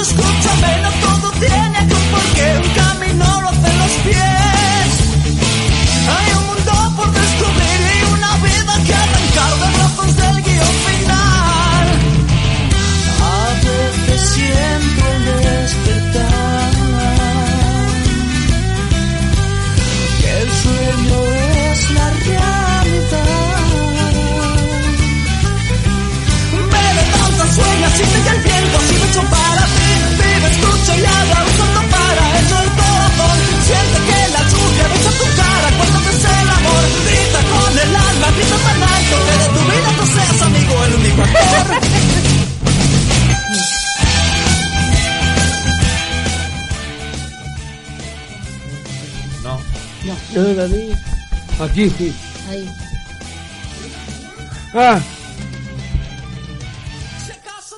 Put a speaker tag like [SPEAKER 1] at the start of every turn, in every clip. [SPEAKER 1] escúchame, no todo tiene que porque un camino lo hacen los pies. Hay un mundo por descubrir y una vida que arrancar de brazos del guión final. A veces siento el despertar que el sueño es la realidad. Me levanta, sueña, siente el viento, si me para escucha y haga un salto para eso el corazón. Siente que la lluvia besa tu cara cuando te sé el amor. Grita con el alma, grita tan alto que de tu vida tú seas amigo el único actor.
[SPEAKER 2] No.
[SPEAKER 3] No, no lo vi.
[SPEAKER 2] Aquí sí.
[SPEAKER 3] Ahí.
[SPEAKER 2] Ah.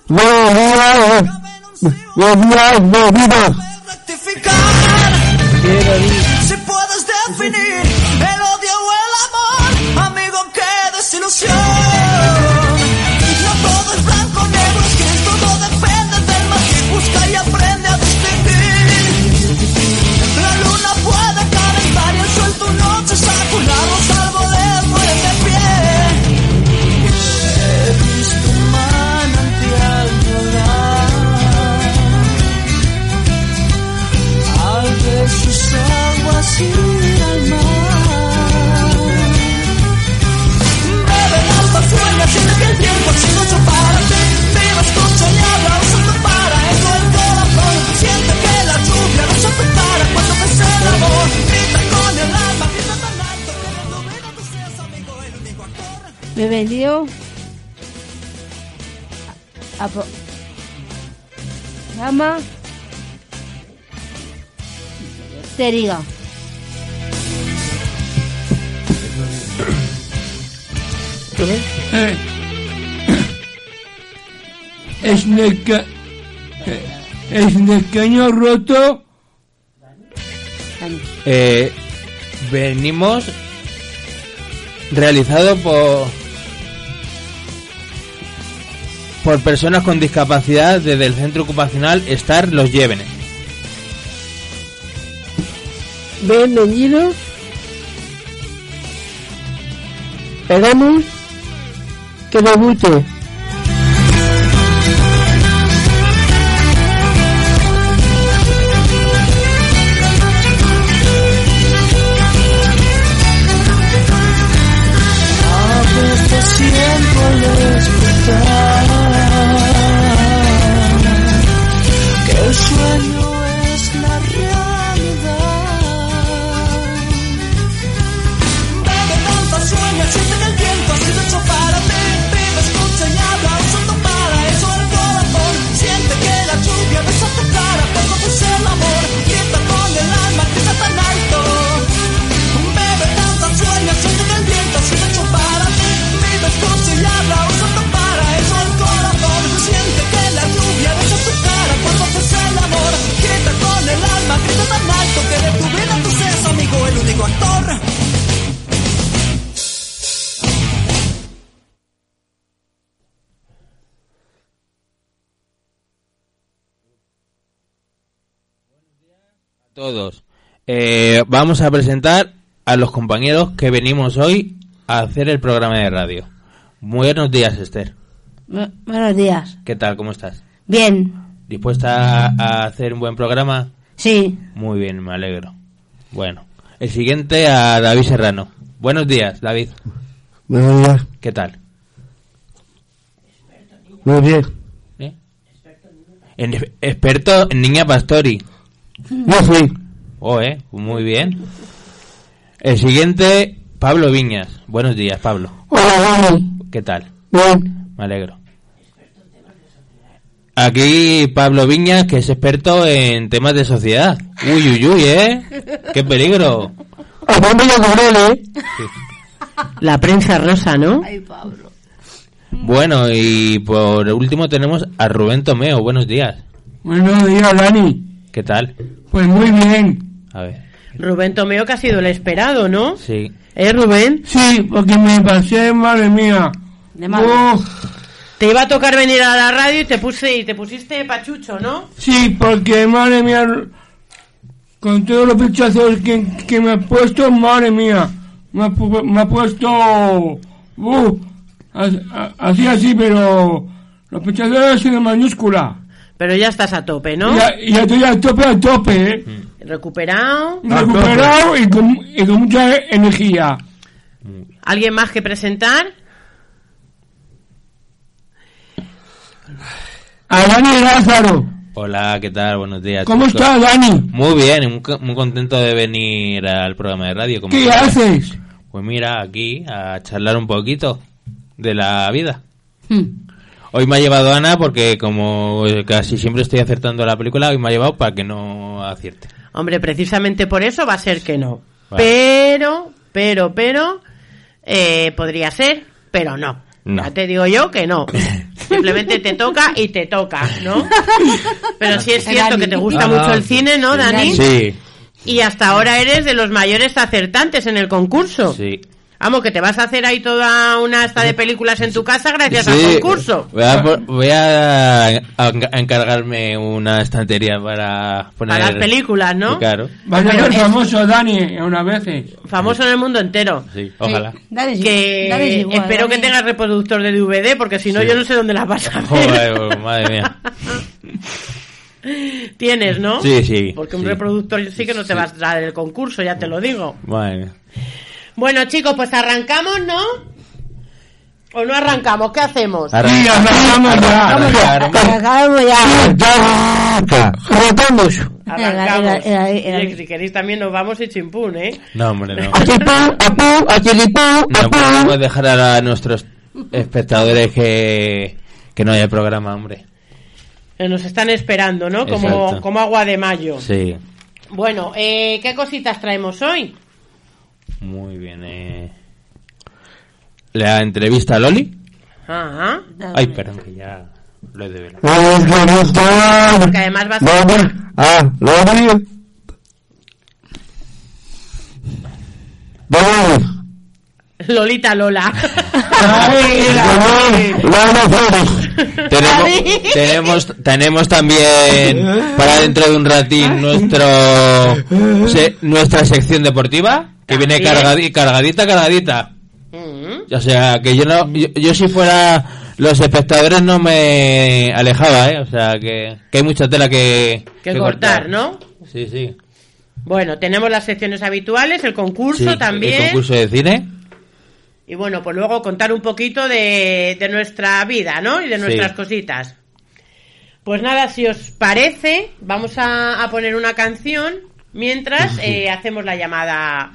[SPEAKER 2] No, no, no. Los días no vivos.
[SPEAKER 1] Si puedes definir el odio o el amor, amigo, qué desilusión. No todo es blanco, negro, es gris, todo depende del matiz. Busca y aprende a distinguir. La luna puede calentar y el sol tu noche sacular los árboles de pie. He visto un manantial llorar. al ver sus aguas ir al mar. Bebe el alma, sueña, siente que el tiempo es mucho para ti. Vives tu soñada, usando para eso el corazón. Siente que la lluvia no se prepara cuando te sé el amor. Grita con el alma, grita tan alto que de tu vida tú seas amigo, el único actor.
[SPEAKER 3] Me vendió. A, a po- Llama. Te digo.
[SPEAKER 4] Eh, es en el ca- eh, es en el caño roto
[SPEAKER 2] Eh, venimos realizado por por personas con discapacidad desde el centro ocupacional Star Los Llévenes.
[SPEAKER 3] Bienvenido. Esperamos ¿eh? que nos guste.
[SPEAKER 1] A veces siento al despertar que el sueño es la realidad. Bebe tanta sueña, siente que el viento ha sido hecho para ti. Vive, escucha y habla, usando para eso el corazón. Siente que la lluvia besa tu cara cuando te sé el amor. Grita con el alma, grita tan alto. Bebe tanta sueña, siente que el viento se hecho para ti. Vive, escucha y habla, usando para eso el corazón. Siente que la lluvia besa tu cara cuando te sé el amor. Grita con el alma, grita tan alto que de tu vida tú seas amigo, el único actor.
[SPEAKER 2] Todos. Eh, vamos a presentar a los compañeros que venimos hoy a hacer el programa de radio. Buenos días, Esther.
[SPEAKER 3] Bu- buenos días.
[SPEAKER 2] ¿Qué tal? ¿Cómo estás?
[SPEAKER 3] Bien,
[SPEAKER 2] ¿Dispuesta a, a hacer un buen programa?
[SPEAKER 3] sí.
[SPEAKER 2] Muy bien, me alegro. Bueno, el siguiente a David Serrano. Buenos días, David.
[SPEAKER 1] Buenos días.
[SPEAKER 2] ¿Qué tal?
[SPEAKER 1] Muy bien.
[SPEAKER 2] ¿Eh? En- Experto en Niña Pastori.
[SPEAKER 1] No fui.
[SPEAKER 2] Oh, eh, muy bien. El siguiente, Pablo Viñas. Buenos días, Pablo.
[SPEAKER 1] Hola, Dani.
[SPEAKER 2] ¿Qué tal?
[SPEAKER 1] Bien.
[SPEAKER 2] Me alegro. Aquí Pablo Viñas, que es experto en temas de sociedad. Uy, uy, uy, ¿eh? ¡Qué peligro!
[SPEAKER 1] A Pablo Cabrera, ¿eh?
[SPEAKER 5] La prensa rosa, ¿no?
[SPEAKER 2] Bueno, y por último tenemos a Rubén Tomeo. Buenos días.
[SPEAKER 4] Buenos días, Dani.
[SPEAKER 2] ¿Qué tal?
[SPEAKER 4] Pues muy bien.
[SPEAKER 2] A ver.
[SPEAKER 5] Rubén Tomeo que ha sido el esperado, ¿no?
[SPEAKER 2] Sí.
[SPEAKER 5] ¿Eh, Rubén?
[SPEAKER 4] Sí, porque me pasé, madre mía.
[SPEAKER 3] De madre.
[SPEAKER 4] Uf,
[SPEAKER 5] Te iba a tocar venir a la radio y te puse y te pusiste pachucho, ¿no?
[SPEAKER 4] sí, porque, madre mía, con todos los pinchazos que, que me ha puesto, madre mía, me ha, pu- me ha puesto... uf, as- a- así, así, pero los pinchazos en mayúscula.
[SPEAKER 5] Pero ya estás a tope, ¿no?
[SPEAKER 4] Y, y estoy al tope, al tope, ¿eh?
[SPEAKER 5] Mm. Recuperado.
[SPEAKER 4] recuperado y con, y con mucha energía.
[SPEAKER 5] ¿Alguien más que presentar?
[SPEAKER 4] A Dani Lázaro.
[SPEAKER 2] Hola, ¿qué tal? Buenos días.
[SPEAKER 4] ¿Cómo
[SPEAKER 2] chicos.
[SPEAKER 4] estás, Dani?
[SPEAKER 2] Muy bien, muy co- muy contento de venir al programa de radio. como
[SPEAKER 4] ¿Qué
[SPEAKER 2] siempre.
[SPEAKER 4] haces?
[SPEAKER 2] Pues mira, aquí a charlar un poquito de la vida.
[SPEAKER 4] Hmm.
[SPEAKER 3] Mm.
[SPEAKER 2] Hoy me ha llevado Ana porque como casi siempre estoy acertando la película, hoy me ha llevado para que no acierte.
[SPEAKER 5] Hombre, precisamente por eso va a ser que no.
[SPEAKER 2] Vale.
[SPEAKER 5] Pero, pero, pero, eh, podría ser, pero no.
[SPEAKER 2] No.
[SPEAKER 5] Ya te digo yo que no. Simplemente te toca y te toca, ¿no? Pero sí es cierto
[SPEAKER 3] Dani.
[SPEAKER 5] que te gusta
[SPEAKER 1] Ah,
[SPEAKER 2] No, no,
[SPEAKER 5] mucho el cine, ¿no, Dani?
[SPEAKER 2] Ah, Sí,
[SPEAKER 5] Y hasta ahora eres de los mayores acertantes en el concurso.
[SPEAKER 2] sí.
[SPEAKER 5] Vamos, que te vas a hacer ahí toda una hasta de películas en tu casa gracias
[SPEAKER 2] Sí,
[SPEAKER 5] al concurso.
[SPEAKER 2] Voy a, por- voy a- a enca- a encargarme una estantería para poner...
[SPEAKER 5] Para las películas, ¿no?
[SPEAKER 2] Sí, Claro,
[SPEAKER 4] Vas a
[SPEAKER 5] Pero
[SPEAKER 4] ser
[SPEAKER 5] es-
[SPEAKER 4] famoso, Dani, a una vez.
[SPEAKER 5] Famoso en el mundo entero.
[SPEAKER 2] sí, ojalá.
[SPEAKER 3] Dale,
[SPEAKER 5] Que
[SPEAKER 3] dale igual,
[SPEAKER 5] Eh, espero
[SPEAKER 3] dale.
[SPEAKER 5] que tengas reproductor de DVD, porque si no, yo no sé dónde las vas a ver.
[SPEAKER 2] Joder, madre mía.
[SPEAKER 5] Tienes, ¿no?
[SPEAKER 2] Sí, sí,
[SPEAKER 5] Porque un
[SPEAKER 2] sí.
[SPEAKER 5] reproductor sí que no te
[SPEAKER 2] Sí.
[SPEAKER 5] vas a dar el concurso, ya te lo digo.
[SPEAKER 2] Madre mía.
[SPEAKER 5] Bueno, chicos, pues arrancamos, ¿no? ¿O no arrancamos? ¿Qué hacemos?
[SPEAKER 2] Arran-
[SPEAKER 4] Sí, arrancamos ya.
[SPEAKER 2] Arrancar-
[SPEAKER 3] Acabamos ya.
[SPEAKER 1] Rotamos.
[SPEAKER 5] Arrancamos.
[SPEAKER 3] Era- era- era-
[SPEAKER 5] Oye, si queréis también nos vamos y chimpún, ¿eh?
[SPEAKER 2] No, hombre, no.
[SPEAKER 1] Aquí pum, apú, aquí li, pum,
[SPEAKER 2] No
[SPEAKER 1] apú.
[SPEAKER 2] podemos dejar a la- nuestros espectadores que, que no haya programa, hombre.
[SPEAKER 5] Eh, Nos están esperando, ¿no? Como,
[SPEAKER 2] Exacto.
[SPEAKER 5] como agua de mayo.
[SPEAKER 2] Sí.
[SPEAKER 5] Bueno, eh, ¿qué cositas traemos hoy?
[SPEAKER 2] Muy bien. eh. La entrevista a Loli.
[SPEAKER 5] Ajá.
[SPEAKER 2] Ay, perdón, que ya lo he develado.
[SPEAKER 1] Vamos, vamos, vamos.
[SPEAKER 5] Porque además va a ser...
[SPEAKER 1] Vamos a la vida. Vamos.
[SPEAKER 5] Lolita Lola.
[SPEAKER 1] Vamos, vamos,
[SPEAKER 2] Tenemos, tenemos, tenemos también para dentro de un ratín nuestro se- nuestra sección deportiva que viene
[SPEAKER 5] También.
[SPEAKER 2] cargadi- cargadita, cargadita.
[SPEAKER 5] Ah, Mm.
[SPEAKER 2] O sea, que yo no, yo, yo si fuera los espectadores no me alejaba, ¿eh? O sea, que, que hay mucha tela que,
[SPEAKER 5] Que cortar, ¿no?
[SPEAKER 2] Sí, sí.
[SPEAKER 5] Bueno, tenemos las secciones habituales, el concurso
[SPEAKER 2] Sí,
[SPEAKER 5] también.
[SPEAKER 2] El concurso de cine.
[SPEAKER 5] Y bueno, pues luego contar un poquito de, de nuestra vida, ¿no? Y de nuestras
[SPEAKER 2] Sí.
[SPEAKER 5] cositas. Pues nada, si os parece, vamos a, a poner una canción mientras eh, hacemos la llamada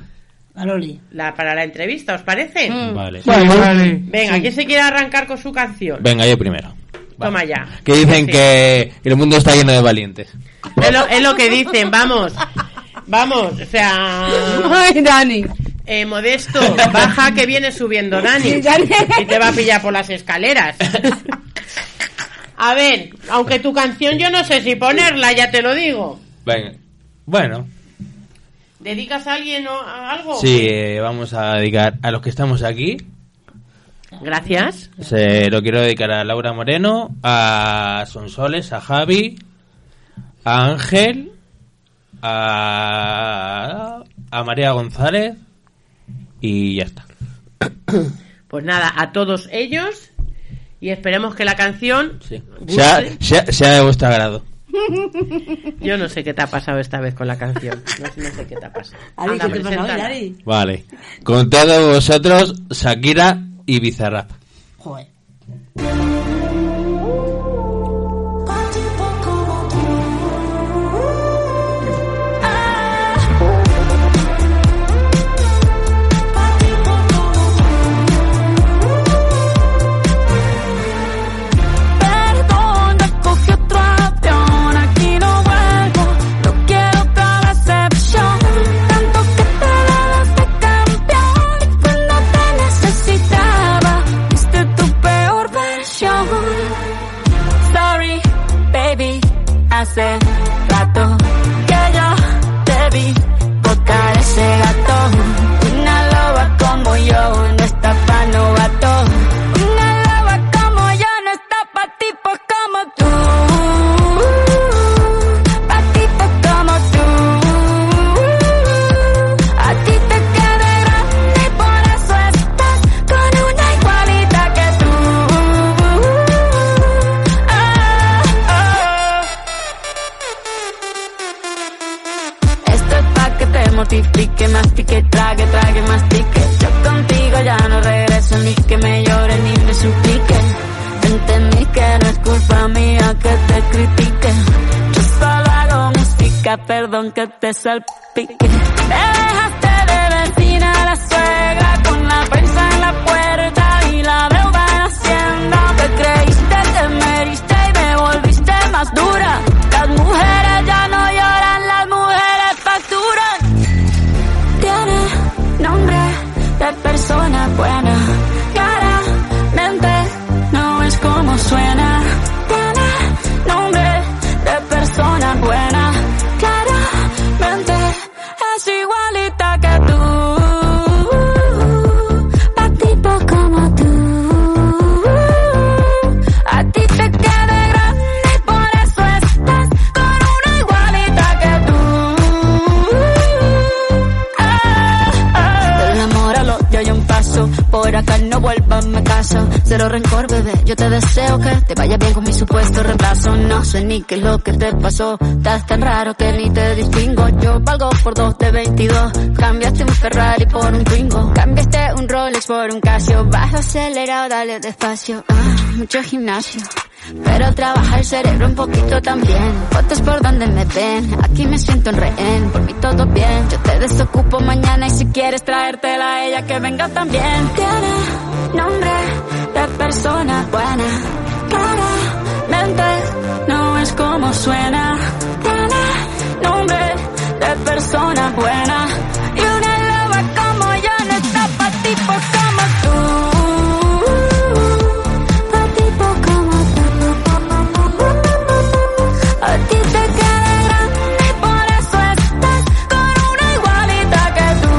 [SPEAKER 3] A Loli. Mm.
[SPEAKER 5] la- para la entrevista, ¿os parece?
[SPEAKER 2] Vale.
[SPEAKER 4] Vale, vale.
[SPEAKER 5] Venga, ¿quién se quiere arrancar con su canción?
[SPEAKER 2] Venga, yo primero.
[SPEAKER 5] Toma ya.
[SPEAKER 2] Que dicen
[SPEAKER 5] Sí.
[SPEAKER 2] que el mundo está lleno de valientes.
[SPEAKER 5] Es lo, es lo que dicen, vamos. Vamos, o sea.
[SPEAKER 3] Ay, Dani.
[SPEAKER 5] eh, modesto, baja que viene subiendo Dani.
[SPEAKER 3] Sí, Dani.
[SPEAKER 5] Y te va a pillar por las escaleras. A ver, aunque tu canción yo no sé si ponerla, ya te lo digo.
[SPEAKER 2] Venga. Bueno,
[SPEAKER 5] ¿Dedicas a alguien o a algo?
[SPEAKER 2] sí, eh, vamos a dedicar a los que estamos aquí.
[SPEAKER 5] Gracias.
[SPEAKER 2] Se lo quiero dedicar a Laura Moreno, a Sonsoles, a Javi, a Ángel, a, a María González y ya está.
[SPEAKER 5] Pues nada, a todos ellos. y esperemos que la canción
[SPEAKER 2] Sí.
[SPEAKER 5] guste.
[SPEAKER 2] Sea, sea- sea de vuestro agrado.
[SPEAKER 5] Yo no sé qué te ha pasado esta vez con la canción. No, sé- no sé qué te ha pasado.
[SPEAKER 6] Ari,
[SPEAKER 5] Anda,
[SPEAKER 6] ¿qué te pasa hoy,
[SPEAKER 5] preséntala.
[SPEAKER 6] Ari?
[SPEAKER 2] Vale. Con todos vosotros, Shakira y Bizarrap.
[SPEAKER 6] Joder.
[SPEAKER 7] Perdón, ya cogí otro avión, aquí no vuelvo, no quiero otra decepción. Tanto que te dabas de campeón y cuando te necesitaba, viste tu peor versión. Sorry, baby, hace rato que yo te vi tocar ese gato. Una loba como yo no está pa' novato. Una loba como yo no está pa' tipos como tú. Pa' tipos como tú. A ti te queda grande y por eso estás con una igualita que tú. Ah, ah. Esto es pa' que te mortifique, mastique, trague, trague, mastique. Yo contigo ya no regreso ni que me llore ni me suplique. Entendí que no es culpa mía que te critique. Yo solo hago música, perdón que te salpique. Te dejaste de vecina a la suegra con la prensa en la puerta y la deuda en hacienda. Te creíste, te meriste y me volviste más dura. Las mujeres ya no lloran, las mujeres facturan. Tiene nombre de persona buena. Claramente no es como suena. Tiene nombre de persona buena. Claramente es igualita que tú. Pa' tipo como tú. A ti te queda grande y por eso estás con una igualita que tú. Ah, ah. Enamóralo, yo hay un paso. Por acá no vuelvas, me caso. Cero rencor, bebé. Yo te deseo que te vaya bien con mi supuesto reemplazo. No sé ni qué es lo que te pasó. Estás tan raro que ni te distingo. Yo valgo por dos de 22. Cambiaste un Ferrari por un Twingo. Cambiaste un Rolex por un Casio. Vas acelerado, dale despacio. Ah, mucho gimnasio. Pero trabaja el cerebro un poquito también. Fotos por donde me ven, aquí me siento en rehén. Por mí todo bien, yo te desocupo mañana y si quieres traértela a ella que venga también. Tiene nombre de persona buena, claramente no es como suena. Tiene nombre de persona buena y una loba como yo no está pa' tipos como tú, pa' tipos como tú. A ti te queda grande y por eso estás con una igualita que tú.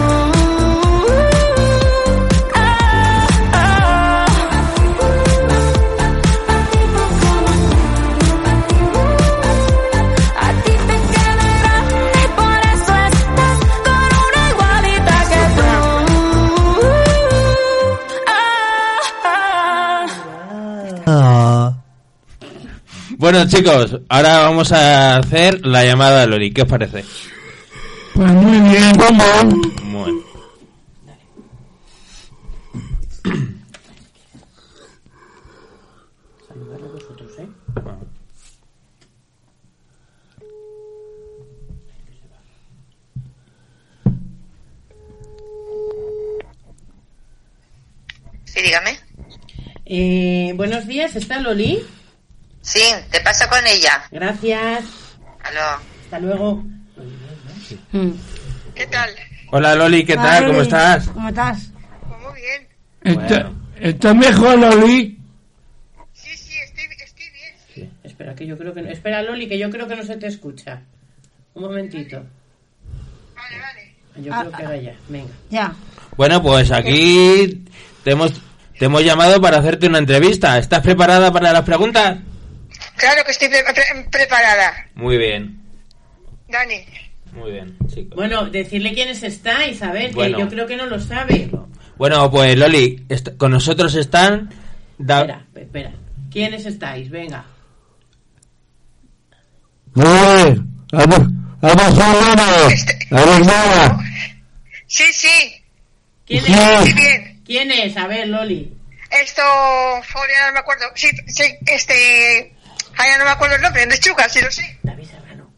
[SPEAKER 7] Ah, ah. A ti te queda grande y por eso estás con una igualita que tú. Ah, ah.
[SPEAKER 2] Bueno, chicos, ahora vamos a hacer la llamada a Loli. ¿Qué os parece?
[SPEAKER 4] Pues muy bien.
[SPEAKER 2] Bueno.
[SPEAKER 8] Sí, dígame.
[SPEAKER 5] Eh, buenos días, ¿está Loli?
[SPEAKER 8] Sí, te paso con ella.
[SPEAKER 5] Gracias.
[SPEAKER 8] Aló.
[SPEAKER 5] Hasta luego.
[SPEAKER 2] Mm.
[SPEAKER 8] ¿Qué tal?
[SPEAKER 2] Hola Loli, ¿qué tal? ¿Cómo estás?
[SPEAKER 3] ¿Cómo estás?
[SPEAKER 8] Pues muy bien.
[SPEAKER 4] Está, está mejor, Loli.
[SPEAKER 8] Sí, sí, estoy, estoy bien.
[SPEAKER 5] Espera, que yo creo que no- Espera, Loli, que yo creo que no se te escucha. Un momentito.
[SPEAKER 8] Vale, vale.
[SPEAKER 5] Yo creo que ahora ya. Venga.
[SPEAKER 3] Ya.
[SPEAKER 2] Bueno, pues aquí te hemos, te hemos llamado para hacerte una entrevista. ¿Estás preparada para las preguntas?
[SPEAKER 8] Claro que estoy pre- pre- preparada.
[SPEAKER 2] Muy bien,
[SPEAKER 8] Dani.
[SPEAKER 2] muy bien, chicos.
[SPEAKER 5] Bueno, decirle quiénes estáis, a ver,
[SPEAKER 2] Bueno.
[SPEAKER 5] que yo creo que no lo sabe.
[SPEAKER 2] Bueno, pues Loli, est- con nosotros están Da-
[SPEAKER 5] Espera, espera. ¿Quiénes estáis? Venga.
[SPEAKER 1] Dale, vamos, vamos, vamos, vamos, nada.
[SPEAKER 8] Sí, sí,
[SPEAKER 5] ¿Quién
[SPEAKER 8] sí,
[SPEAKER 5] es?
[SPEAKER 8] bien.
[SPEAKER 5] ¿Quién es? A ver, Loli.
[SPEAKER 8] Esto, Foria, no me acuerdo. Sí, sí, este. Ay, ya no me acuerdo el nombre, no es Chuga, sí lo sé.
[SPEAKER 5] David Serrano.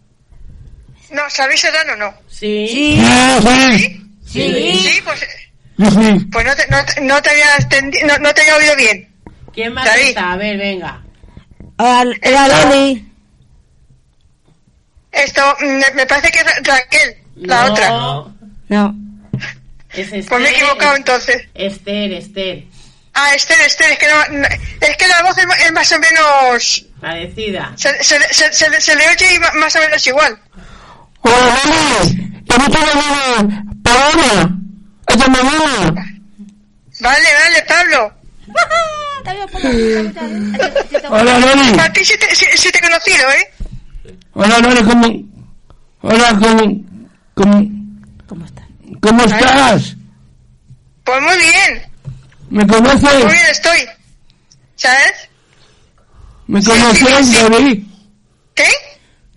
[SPEAKER 8] No, ¿sabéis Serrano o no?
[SPEAKER 5] Sí.
[SPEAKER 1] Sí, sí,
[SPEAKER 8] Sí, pues.
[SPEAKER 1] sí, sí.
[SPEAKER 8] Pues no te, no, te- no te había entendi- no, no te había oído bien.
[SPEAKER 5] ¿Quién más
[SPEAKER 8] David.
[SPEAKER 5] está? A ver, venga.
[SPEAKER 3] Al- Era Loli.
[SPEAKER 8] Esto, me, me parece que es Ra- Raquel, la
[SPEAKER 5] No,
[SPEAKER 8] otra.
[SPEAKER 3] No.
[SPEAKER 5] Es Esther.
[SPEAKER 8] Pues me he equivocado entonces.
[SPEAKER 5] Esther, Esther.
[SPEAKER 8] Ah, Esther, Esther, es que, no- no- es que la voz es, ma- es más o menos...
[SPEAKER 5] Parecida.
[SPEAKER 8] Se, se, se, se- se le oye y ma- más o menos igual.
[SPEAKER 1] Hola, Dani, que no tengo nada. Paloma, ella me manda.
[SPEAKER 8] Vale, vale, Pablo.
[SPEAKER 1] Hola, Loli.
[SPEAKER 8] A ti sí te, sí- sí te he conocido, ¿eh?
[SPEAKER 1] Hola, Loli, ¿cómo? Hola, ¿cómo? ¿Cómo, ¿Cómo estás?
[SPEAKER 8] Pues muy bien,
[SPEAKER 1] ¿Me
[SPEAKER 8] muy
[SPEAKER 1] conoces?
[SPEAKER 8] bien estoy. ¿Sabes?
[SPEAKER 1] ¿Me
[SPEAKER 8] sí, sí,
[SPEAKER 1] conoces,
[SPEAKER 8] sí.
[SPEAKER 1] David?
[SPEAKER 8] ¿Qué?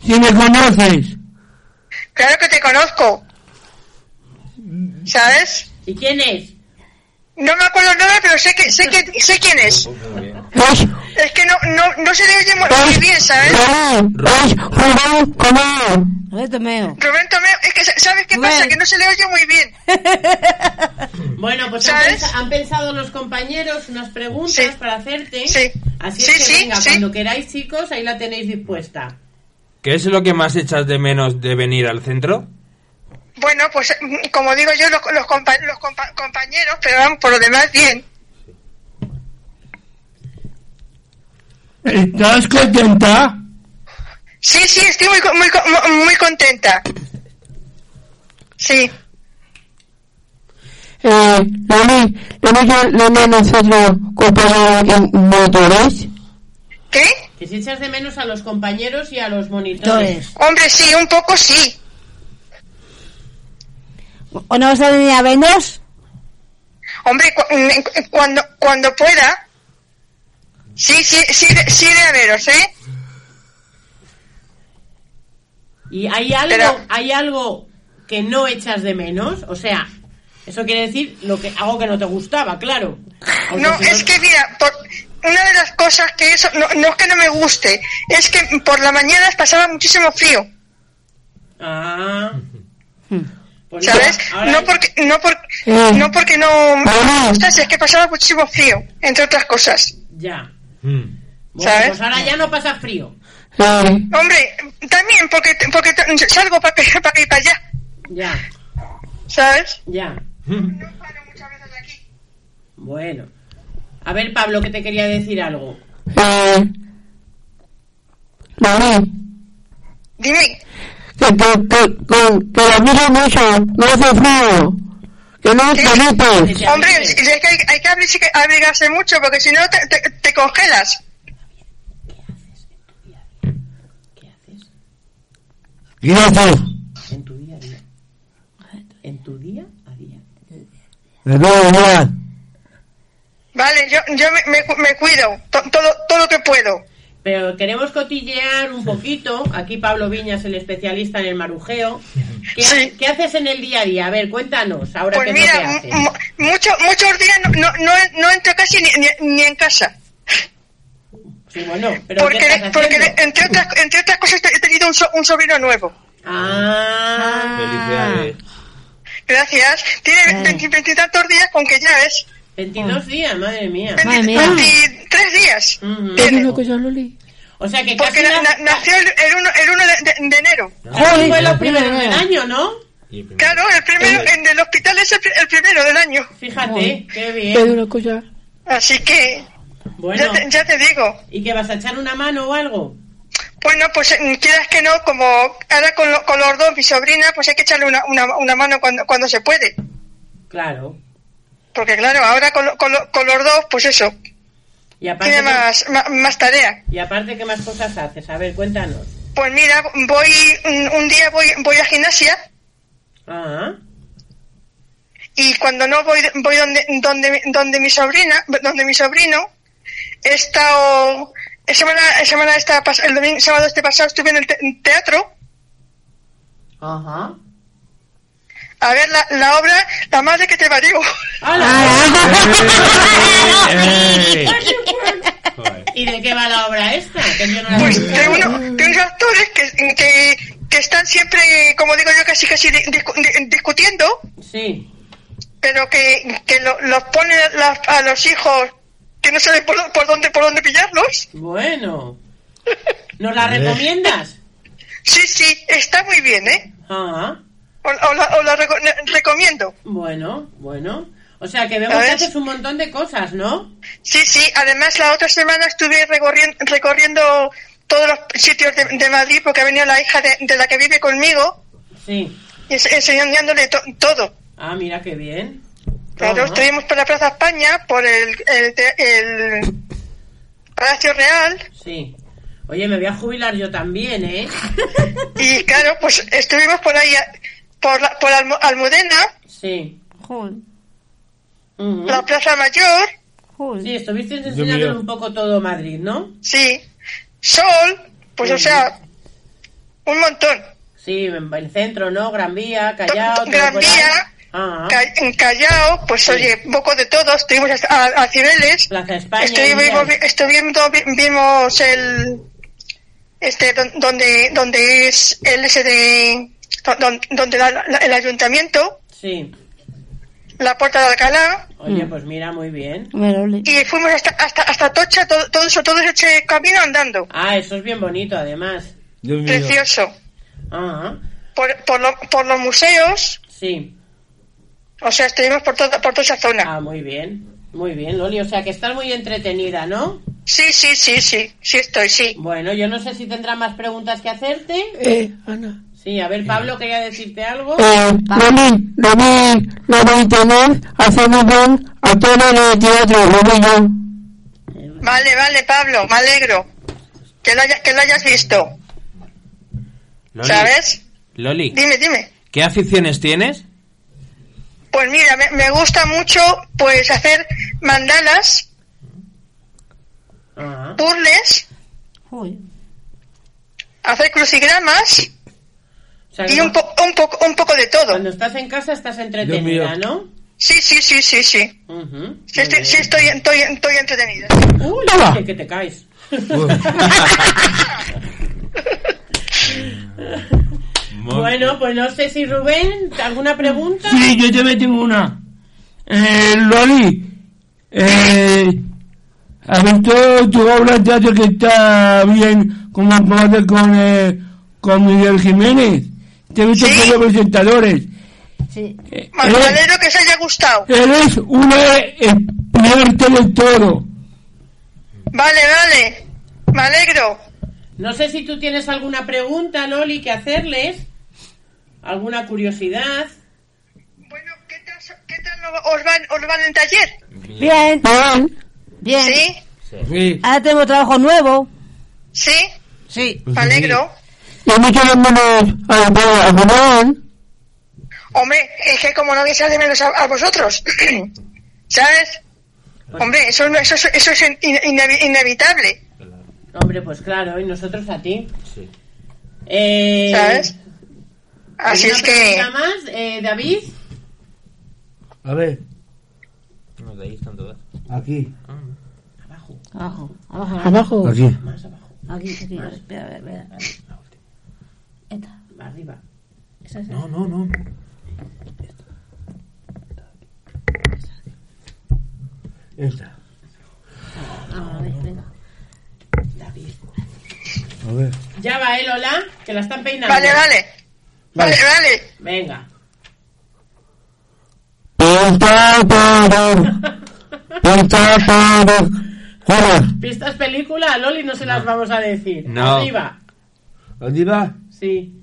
[SPEAKER 1] Si me conoces.
[SPEAKER 8] Claro que te conozco. ¿Sabes?
[SPEAKER 5] ¿Y quién es?
[SPEAKER 8] No me acuerdo el nombre, pero sé que sé que sé quién es.
[SPEAKER 1] ¿Has,
[SPEAKER 8] Es que no, no, no se le oye mu-
[SPEAKER 1] has,
[SPEAKER 8] muy bien, ¿sabes?
[SPEAKER 1] has jugado con él?
[SPEAKER 3] Roberto Meo.
[SPEAKER 8] Rubén Tomeo, es que sa- ¿sabes qué pasa?
[SPEAKER 3] Rubén.
[SPEAKER 8] Que no se le oye muy bien.
[SPEAKER 5] Bueno, pues han,
[SPEAKER 8] ¿Sabes?
[SPEAKER 5] pensa- han pensado los compañeros unas preguntas
[SPEAKER 8] Sí.
[SPEAKER 5] para hacerte.
[SPEAKER 8] Sí.
[SPEAKER 5] Así
[SPEAKER 8] Sí,
[SPEAKER 5] es que
[SPEAKER 8] sí,
[SPEAKER 5] venga,
[SPEAKER 8] sí.
[SPEAKER 5] cuando queráis, chicos, ahí la tenéis dispuesta.
[SPEAKER 2] ¿Qué es lo que más echas de menos de venir al centro?
[SPEAKER 8] Bueno, pues mm, como digo yo, los, los, compa- los compa- compañeros, pero vamos, por lo demás, bien.
[SPEAKER 4] ¿Estás contenta?
[SPEAKER 8] Sí, sí, estoy muy, co- muy, co- mu- muy contenta. Sí.
[SPEAKER 1] Eh, Loli, Loli, yo, Loli, nosotros compramos motores.
[SPEAKER 8] ¿Qué?
[SPEAKER 5] Que si echas de menos a los compañeros y a los monitores.
[SPEAKER 3] Entonces,
[SPEAKER 8] Hombre, sí, un poco sí.
[SPEAKER 3] ¿o no vas a venir a vernos?
[SPEAKER 8] Hombre, cu- mm, cu- cuando, cuando pueda. Sí, sí, sí, de- sí, de veros, ¿eh?
[SPEAKER 5] ¿Y hay algo,
[SPEAKER 8] Pero-
[SPEAKER 5] hay algo que no echas de menos? O sea, eso quiere decir lo que algo que no te gustaba, claro. Aunque
[SPEAKER 8] No,
[SPEAKER 5] si no-
[SPEAKER 8] es que mira, por- una de las cosas que eso, no, no es que no me guste, es que por la mañana pasaba muchísimo frío.
[SPEAKER 5] Ah. Pues nada,
[SPEAKER 8] ¿Sabes?
[SPEAKER 5] ahora-
[SPEAKER 8] No porque no por-
[SPEAKER 1] Eh.
[SPEAKER 8] no porque no me
[SPEAKER 1] Ah.
[SPEAKER 8] gustase, es que pasaba muchísimo frío, entre otras cosas.
[SPEAKER 5] Ya. Bueno,
[SPEAKER 8] ¿Sabes?
[SPEAKER 5] pues ahora ya no pasa frío.
[SPEAKER 1] Eh,
[SPEAKER 8] Hombre, también porque porque t- salgo para para ir para allá,
[SPEAKER 5] Ya,
[SPEAKER 8] ¿sabes?
[SPEAKER 5] ya. Bueno. A ver, Pablo, que te quería decir algo.
[SPEAKER 1] eh, Loli,
[SPEAKER 8] Dime,
[SPEAKER 1] que, que, que, que, que la miro mucho, no hace frío. Que no
[SPEAKER 8] ¿Qué?
[SPEAKER 1] es
[SPEAKER 5] Que
[SPEAKER 1] bonito.
[SPEAKER 5] te
[SPEAKER 8] hombre,
[SPEAKER 5] abrigues.
[SPEAKER 8] es que hay, hay que abrir- sí que abrigarse mucho porque si no te, te- te congelas.
[SPEAKER 5] ¿Qué haces
[SPEAKER 1] Gracias.
[SPEAKER 5] en tu día a día? En tu día a día.
[SPEAKER 1] De nuevo, ya.
[SPEAKER 8] Vale, yo yo me, me cu- me cuido to- todo todo lo que puedo.
[SPEAKER 5] Pero queremos cotillear un poquito. Aquí Pablo Viñas, el especialista en el marujeo. ¿Qué,
[SPEAKER 8] Sí.
[SPEAKER 5] qué haces en el día a día? A ver, cuéntanos. Ahora
[SPEAKER 8] Pues
[SPEAKER 5] qué es lo
[SPEAKER 8] mira,
[SPEAKER 5] que haces.
[SPEAKER 8] mu- mucho- muchos días no, no, no, no entro casi ni- ni- ni en casa.
[SPEAKER 5] Sí, bueno, pero ¿qué
[SPEAKER 8] Porque,
[SPEAKER 5] estás
[SPEAKER 8] porque
[SPEAKER 5] haciendo?
[SPEAKER 8] entre, otras, entre otras cosas he tenido un, so- un sobrino nuevo.
[SPEAKER 5] Ah,
[SPEAKER 2] Felicidades.
[SPEAKER 8] Gracias. Tiene veinti- veintitantos días con que ya es.
[SPEAKER 5] 22 días, madre mía.
[SPEAKER 3] Madre mía.
[SPEAKER 8] Veintitrés días.
[SPEAKER 5] Ujú.
[SPEAKER 8] Tiene.
[SPEAKER 5] O sea que
[SPEAKER 8] Porque
[SPEAKER 5] casi la-
[SPEAKER 8] na- na- nació el, el uno, el uno de, de- de enero.
[SPEAKER 5] casi fue los primeros del año, ¿no?
[SPEAKER 8] Claro, el primero en el hospital es el, pri- el primero del año.
[SPEAKER 5] Fíjate, qué bien.
[SPEAKER 8] Así que
[SPEAKER 5] Bueno,
[SPEAKER 8] ya, te, ya te digo.
[SPEAKER 5] ¿y que vas a echar una mano o algo?
[SPEAKER 8] Bueno, pues eh, quieras que no, como ahora con, lo- con los dos, mi sobrina, pues hay que echarle una, una, una mano cuando, cuando se puede.
[SPEAKER 5] Claro.
[SPEAKER 8] Porque claro, ahora con, lo- con, lo- con los dos, pues eso,
[SPEAKER 5] Y aparte,
[SPEAKER 8] tiene
[SPEAKER 5] que-
[SPEAKER 8] más, ma- más tarea.
[SPEAKER 5] y aparte, ¿qué más cosas haces? A ver, cuéntanos.
[SPEAKER 8] Pues mira, voy un un día voy, voy a gimnasia
[SPEAKER 5] Ah,
[SPEAKER 8] y cuando no voy voy donde donde donde mi sobrina, donde mi sobrino he estado. eh, Semana, eh, semana esta, pas- el domingo, sábado este pasado estuve en el te- en teatro
[SPEAKER 5] Ajá.
[SPEAKER 8] a ver la, la obra La madre que te parió.
[SPEAKER 5] ¿Y de qué va la obra esta? Que yo no la he
[SPEAKER 8] Pues
[SPEAKER 5] visto.
[SPEAKER 8] de, uno- de unos actores que, que, que están siempre, como digo yo, casi casi di- discu- di- discutiendo,
[SPEAKER 5] Sí.
[SPEAKER 8] pero que, que lo- los pone a, las- a los hijos que no saben por, dó- por dónde por dónde pillarlos.
[SPEAKER 5] Bueno. ¿Nos la recomiendas?
[SPEAKER 8] Sí, sí, está muy bien, ¿eh?
[SPEAKER 5] Ajá.
[SPEAKER 8] Os os la, os la reco- ne- recomiendo.
[SPEAKER 5] Bueno, bueno. O sea, que vemos
[SPEAKER 8] A
[SPEAKER 5] que
[SPEAKER 8] ver.
[SPEAKER 5] haces un montón de cosas, ¿no?
[SPEAKER 8] Sí, sí, además la otra semana estuve recorriendo, recorriendo todos los sitios de, de Madrid porque ha venido la hija de, de la que vive conmigo
[SPEAKER 5] Sí.
[SPEAKER 8] y ens- enseñándole to- todo.
[SPEAKER 5] Ah, mira qué bien.
[SPEAKER 8] Claro,
[SPEAKER 5] Ajá.
[SPEAKER 8] estuvimos por la Plaza España, por el, el, te- el Palacio Real,
[SPEAKER 5] Sí. Oye, me voy a jubilar yo también, ¿eh?
[SPEAKER 8] y claro, pues estuvimos por ahí, a- por, la, por Almo- Almudena,
[SPEAKER 5] Sí.
[SPEAKER 3] Jul,
[SPEAKER 5] Ujú.
[SPEAKER 8] la Plaza Mayor,
[SPEAKER 3] jul.
[SPEAKER 5] Sí, estuviste
[SPEAKER 4] miro.
[SPEAKER 5] enseñándonos un poco todo Madrid, ¿no?
[SPEAKER 8] sí, Sol, pues o sea, un montón.
[SPEAKER 5] Sí, en el centro, ¿no? Gran Vía, Callao, todo
[SPEAKER 8] Gran
[SPEAKER 5] por ahí. Ah,
[SPEAKER 8] Vía,
[SPEAKER 5] Ajá.
[SPEAKER 8] Ca- En Callao, pues oye, un poco de todo, estuvimos hasta- a, a Cibeles,
[SPEAKER 5] Plaza España.
[SPEAKER 8] estuvimos,
[SPEAKER 5] Vía.
[SPEAKER 8] estuvimos, vi- vimos el, este, don- donde, donde es el ese de, don- donde da la- la- el ayuntamiento,
[SPEAKER 5] Sí.
[SPEAKER 8] la puerta de Alcalá
[SPEAKER 5] Oye, pues mira, muy bien.
[SPEAKER 3] Meroli.
[SPEAKER 8] y fuimos hasta hasta hasta Tocha todo, todo eso todo ese camino andando
[SPEAKER 5] Ah, eso es bien bonito, además.
[SPEAKER 4] Dios mío.
[SPEAKER 8] precioso
[SPEAKER 5] Ajá.
[SPEAKER 8] por, por, lo- por los museos
[SPEAKER 5] Sí.
[SPEAKER 8] o sea estuvimos por toda por toda esa zona
[SPEAKER 5] Ah, muy bien. Muy bien, Loli. O sea, que estás muy entretenida, ¿no?
[SPEAKER 8] sí sí sí sí sí estoy sí
[SPEAKER 5] Bueno, yo no sé si tendrá más preguntas que hacerte.
[SPEAKER 1] Eh, Ana.
[SPEAKER 5] Sí, a ver, Pablo quería decirte algo.
[SPEAKER 1] Eh, Rami, Rami, lo voy a tener, hacemos bien, a todo el teatro, lo voy yo.
[SPEAKER 8] vale vale Pablo me alegro que lo hayas que lo hayas visto
[SPEAKER 2] Loli,
[SPEAKER 8] sabes
[SPEAKER 2] Loli,
[SPEAKER 8] dime dime
[SPEAKER 2] ¿qué aficiones tienes?
[SPEAKER 8] pues mira me, me gusta mucho pues hacer mandalas
[SPEAKER 5] Ajá.
[SPEAKER 8] puzzles
[SPEAKER 3] Jul.
[SPEAKER 8] hacer crucigramas
[SPEAKER 5] O sea, que
[SPEAKER 8] y un, po- un poco un poco de
[SPEAKER 5] cuando
[SPEAKER 8] todo
[SPEAKER 5] estás en casa estás entretenida,
[SPEAKER 4] Dios mío.
[SPEAKER 5] ¿no?
[SPEAKER 8] sí sí sí sí sí
[SPEAKER 5] Ujú. Muy
[SPEAKER 8] Sí, estoy,
[SPEAKER 5] bien.
[SPEAKER 8] sí estoy, estoy, estoy entretenida.
[SPEAKER 5] Uy,
[SPEAKER 1] Toma.
[SPEAKER 5] que te caes. bueno, pues no sé si Rubén, ¿alguna pregunta?
[SPEAKER 4] Sí, yo también tengo una. Eh, Loli, eh, has visto tu obra de teatro que está bien como acorde con, eh, con Miguel Jiménez. Te he visto
[SPEAKER 8] Sí.
[SPEAKER 4] como presentadores.
[SPEAKER 3] Sí.
[SPEAKER 4] Eh,
[SPEAKER 8] Me
[SPEAKER 4] eres,
[SPEAKER 8] alegro que os haya gustado.
[SPEAKER 4] eres una eh, experta del todo.
[SPEAKER 8] Vale, vale. Me alegro.
[SPEAKER 5] No sé si tú tienes alguna pregunta, Loli, que hacerles. ¿Alguna curiosidad?
[SPEAKER 8] Bueno, ¿qué tal, qué tal os, van, os van en taller?
[SPEAKER 3] Bien,
[SPEAKER 1] Bien,
[SPEAKER 3] bien.
[SPEAKER 8] ¿Sí?
[SPEAKER 4] Sí.
[SPEAKER 3] Ahora tengo trabajo nuevo.
[SPEAKER 8] ¿Sí?
[SPEAKER 3] Sí.
[SPEAKER 8] Me alegro.
[SPEAKER 1] y a mí que me a la boda, a Ramón.
[SPEAKER 8] Hombre, es que como nadie se hace menos a, a vosotros. ¿Sabes? Hombre, eso, no- eso, es- eso es in- ine- inevitable.
[SPEAKER 5] Hombre, pues claro, y nosotros a ti. Eh,
[SPEAKER 8] ¿Sabes? Así
[SPEAKER 5] ¿alguna
[SPEAKER 8] es que...
[SPEAKER 5] pregunta más, eh, David?
[SPEAKER 4] A ver,
[SPEAKER 2] No, de ahí están todas.
[SPEAKER 4] aquí.
[SPEAKER 5] Abajo,
[SPEAKER 3] Abajo, abajo, abajo.
[SPEAKER 1] Abajo.
[SPEAKER 4] Aquí.
[SPEAKER 5] más abajo,
[SPEAKER 3] Aquí, aquí. Espera, espera, espera. Esta.
[SPEAKER 5] arriba.
[SPEAKER 3] Esa es
[SPEAKER 2] No, no, no.
[SPEAKER 4] Esta.
[SPEAKER 3] Ah, vale, venga.
[SPEAKER 5] David.
[SPEAKER 4] A ver.
[SPEAKER 5] Ya va, ¿eh, Lola? Que la están peinando.
[SPEAKER 8] Vale, vale. Vale, vale.
[SPEAKER 5] Venga.
[SPEAKER 1] Pinta todo, pinta todo. Hola.
[SPEAKER 5] Pistas película, a Loli no se las vamos a decir.
[SPEAKER 2] No.
[SPEAKER 5] Arriba.
[SPEAKER 4] ¿Dónde va?
[SPEAKER 5] Sí.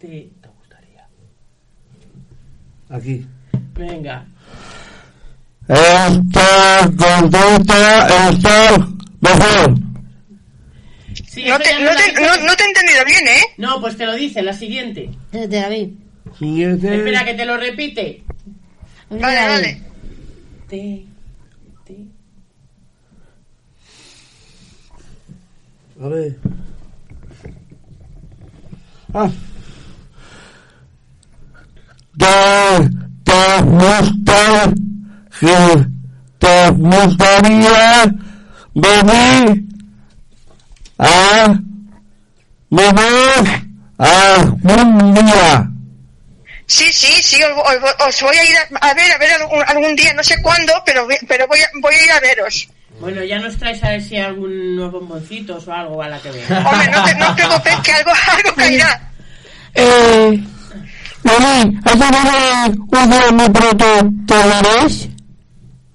[SPEAKER 5] Te-
[SPEAKER 4] Aquí.
[SPEAKER 5] Venga.
[SPEAKER 1] Esta conducta está mejor.
[SPEAKER 5] Sí,
[SPEAKER 8] No
[SPEAKER 5] eso
[SPEAKER 8] te,
[SPEAKER 5] ya
[SPEAKER 8] no,
[SPEAKER 5] la
[SPEAKER 8] te,
[SPEAKER 5] pista
[SPEAKER 8] no,
[SPEAKER 5] que-
[SPEAKER 8] no te he entendido bien, ¿eh?
[SPEAKER 5] No, pues te lo dice, la siguiente.
[SPEAKER 3] De, de David.
[SPEAKER 5] Espera,
[SPEAKER 4] Siguiente.
[SPEAKER 5] que te lo repite.
[SPEAKER 8] Vale, vale.
[SPEAKER 5] Te, te,
[SPEAKER 6] A ver. Ah.
[SPEAKER 1] ¿Te, te gusta, que te gustaría venir a beber algún día?
[SPEAKER 8] Sí, sí, sí, os, os- os voy a ir a, a ver, a ver algún, algún día, no sé cuándo, pero, vi- pero voy, a, voy a ir a veros.
[SPEAKER 5] Bueno, ya nos traes a ver si hay algunos bomboncitos o algo a la que vea.
[SPEAKER 8] Hombre, no te, no os preocupéis que algo, algo caerá.
[SPEAKER 1] Eh, Mami, ¿has hablado un día muy pronto? ¿Te hablarás?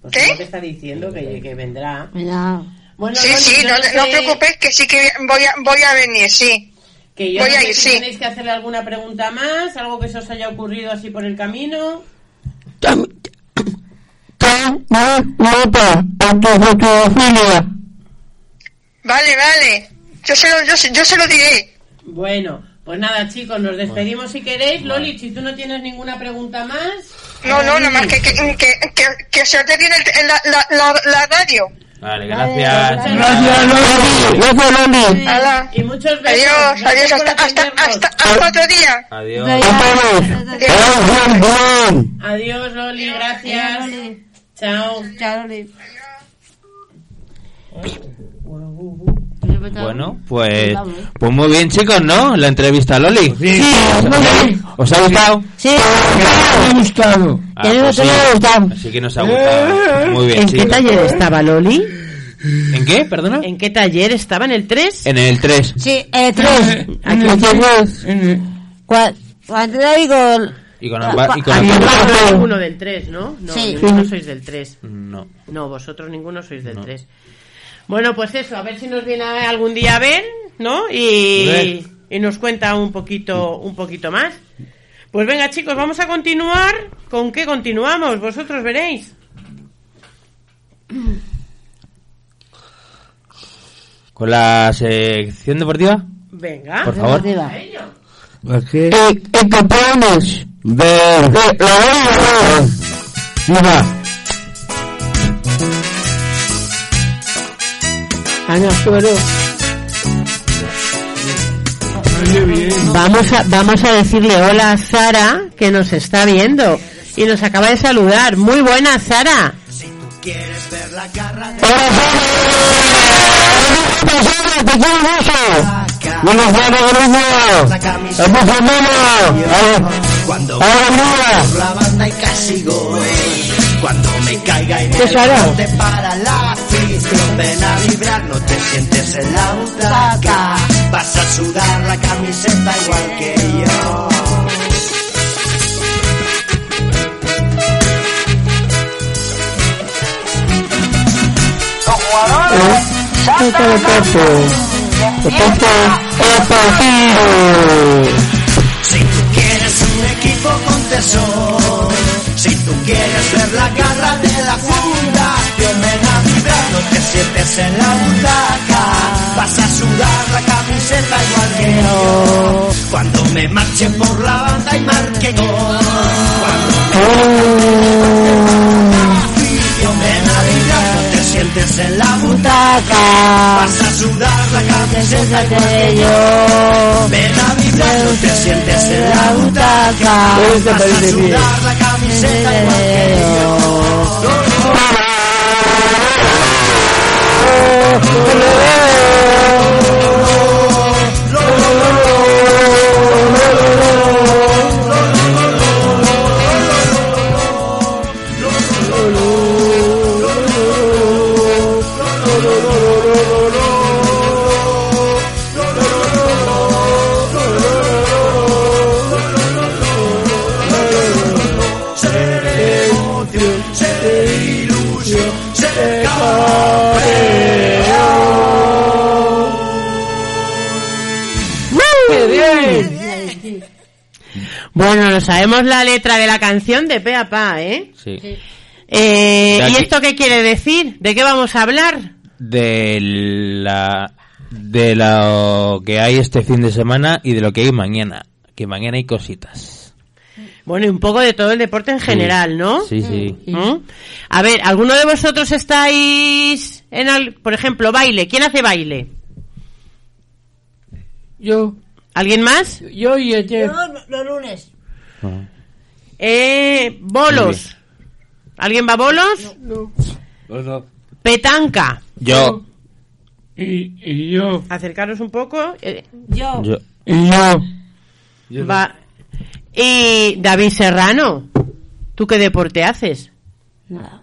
[SPEAKER 5] Pues ¿Qué? te está diciendo que, que vendrá. Bueno,
[SPEAKER 8] sí,
[SPEAKER 5] bueno,
[SPEAKER 8] sí,
[SPEAKER 5] yo
[SPEAKER 8] no,
[SPEAKER 5] no sé-
[SPEAKER 8] no os preocupéis que sí que voy a, voy a venir, sí.
[SPEAKER 5] Que yo
[SPEAKER 8] Voy
[SPEAKER 5] no
[SPEAKER 8] a
[SPEAKER 5] sé
[SPEAKER 8] ir,
[SPEAKER 5] si
[SPEAKER 8] sí.
[SPEAKER 5] tenéis que hacerle alguna pregunta más, algo que se os haya ocurrido así por el camino.
[SPEAKER 1] Toma nota a tu fotofilia.
[SPEAKER 8] Vale, vale. Yo se lo, yo, se- yo se lo diré.
[SPEAKER 5] Bueno, pues nada, chicos, nos despedimos si queréis. Loli, si tú no tienes ninguna pregunta más.
[SPEAKER 8] No, no, nada más que, que, que, que, que se os dé bien el- la, la, la, la radio.
[SPEAKER 2] Vale, gracias.
[SPEAKER 4] Gracias, Loli.
[SPEAKER 1] Gracias, Loli.
[SPEAKER 8] Hala.
[SPEAKER 5] Y muchos besos.
[SPEAKER 8] Adiós,
[SPEAKER 5] Gracias
[SPEAKER 8] adiós,
[SPEAKER 5] por
[SPEAKER 8] hasta, hasta,
[SPEAKER 5] atendernos.
[SPEAKER 8] hasta, hasta otro día.
[SPEAKER 2] Adiós.
[SPEAKER 1] Hasta luego.
[SPEAKER 5] Adiós, Loli, gracias. Chao.
[SPEAKER 2] Bueno, pues, pues muy bien, chicos, ¿no? La entrevista a Loli. ¿Os ha gustado?
[SPEAKER 3] Sí,
[SPEAKER 4] Me ha gustado.
[SPEAKER 2] Ah,
[SPEAKER 3] Ya no
[SPEAKER 2] pues
[SPEAKER 3] te había
[SPEAKER 2] sí.
[SPEAKER 3] gustado.
[SPEAKER 2] Así que nos ha gustado. Muy bien,
[SPEAKER 3] ¿en qué
[SPEAKER 2] chicos.
[SPEAKER 3] taller estaba Loli?
[SPEAKER 2] ¿En qué? ¿Perdona?
[SPEAKER 5] ¿En qué taller estaba? ¿En el 3?
[SPEAKER 2] En el 3.
[SPEAKER 3] Sí, eh, tres.
[SPEAKER 4] En el- en el-
[SPEAKER 3] Cua- Cuando te digo
[SPEAKER 2] Y con ambas. Y
[SPEAKER 5] Ah,
[SPEAKER 2] con
[SPEAKER 3] Aquí
[SPEAKER 2] ambas-
[SPEAKER 3] no.
[SPEAKER 5] Ninguno del 3, ¿no? No,
[SPEAKER 3] Sí.
[SPEAKER 5] ninguno sois del 3.
[SPEAKER 2] No.
[SPEAKER 5] No, vosotros ninguno sois del 3. Bueno, pues eso, a ver si nos viene a- algún día a ver, ¿no? Y, y nos cuenta un poquito, un poquito más. Pues venga, chicos, vamos a continuar. ¿Con qué continuamos? Vosotros veréis.
[SPEAKER 2] ¿Con la sección deportiva?
[SPEAKER 5] Venga.
[SPEAKER 2] Por favor.
[SPEAKER 6] Aquí.
[SPEAKER 1] Eh, encontramos de la vida. Viva.
[SPEAKER 3] Ana Suero,
[SPEAKER 4] Oye, bien.
[SPEAKER 5] Vamos a, vamos a decirle hola a Sara, que nos está viendo. Y nos acaba de saludar. Muy buena, Sara.
[SPEAKER 1] Te quiero mucho. Buenos días, Rodrigo. A tu familia. A la- a la mía.
[SPEAKER 3] ¿qué Sara?
[SPEAKER 1] Quita de pepo. De pepo el partido.
[SPEAKER 5] Bueno, no sabemos la letra de la canción de pe a pa, ¿eh?
[SPEAKER 2] Sí.
[SPEAKER 5] Eh,
[SPEAKER 2] De
[SPEAKER 5] ¿Y
[SPEAKER 2] aquí.
[SPEAKER 5] esto qué quiere decir? ¿De qué vamos a hablar?
[SPEAKER 2] De la. De lo que hay este fin de semana y de lo que hay mañana. Que mañana hay cositas.
[SPEAKER 5] Bueno, y un poco de todo el deporte en general, ¿no?
[SPEAKER 2] Sí, sí.
[SPEAKER 5] ¿Mm? A ver, ¿alguno de vosotros estáis en, al- por ejemplo, baile? ¿Quién hace baile? Yo. ¿Alguien más? Yo y
[SPEAKER 3] Yo los, los lunes.
[SPEAKER 5] Eh, bolos. ¿Alguien va a bolos? Petanca.
[SPEAKER 2] Yo.
[SPEAKER 5] Y, yo. Acercaros un poco. Eh, yo.
[SPEAKER 2] Yo.
[SPEAKER 4] Y yo.
[SPEAKER 5] Va. Y David Serrano. ¿Tú qué deporte haces?
[SPEAKER 3] Nada.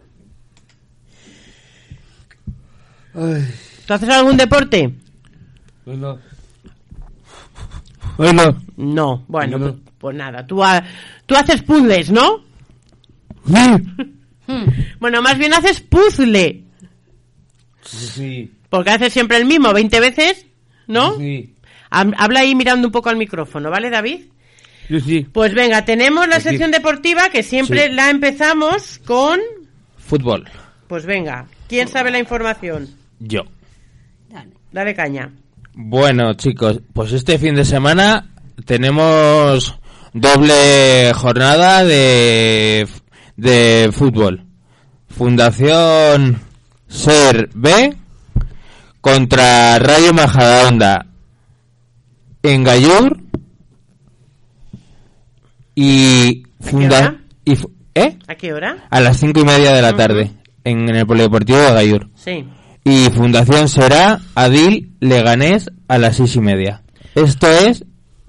[SPEAKER 5] ¿Tú haces algún deporte?
[SPEAKER 4] Bueno.
[SPEAKER 5] No, bueno, pues, pues nada. Tú, ha- tú haces puzzles, ¿no? Bueno, más bien haces puzzle.
[SPEAKER 6] Sí.
[SPEAKER 5] Porque haces siempre el mismo, 20 veces, ¿no?
[SPEAKER 6] Sí.
[SPEAKER 5] Ham- Habla ahí mirando un poco al micrófono, ¿vale, David?
[SPEAKER 4] Yo sí.
[SPEAKER 5] Pues venga, tenemos la
[SPEAKER 2] Aquí.
[SPEAKER 5] sección deportiva que siempre
[SPEAKER 2] Sí.
[SPEAKER 5] la empezamos con...
[SPEAKER 2] Fútbol.
[SPEAKER 5] Pues venga, ¿quién sabe la información?
[SPEAKER 2] Yo.
[SPEAKER 5] Dale caña.
[SPEAKER 2] Bueno, chicos, pues este fin de semana tenemos doble jornada de, de fútbol. Fundación Ser B contra Rayo Majadahonda en Gallur y funda y fu- ¿eh?
[SPEAKER 5] ¿A qué hora?
[SPEAKER 2] a las cinco y media de la tarde en, en el polideportivo de Gallur.
[SPEAKER 5] Sí.
[SPEAKER 2] Y Fundación será Adil Leganés a las seis y media. Esto es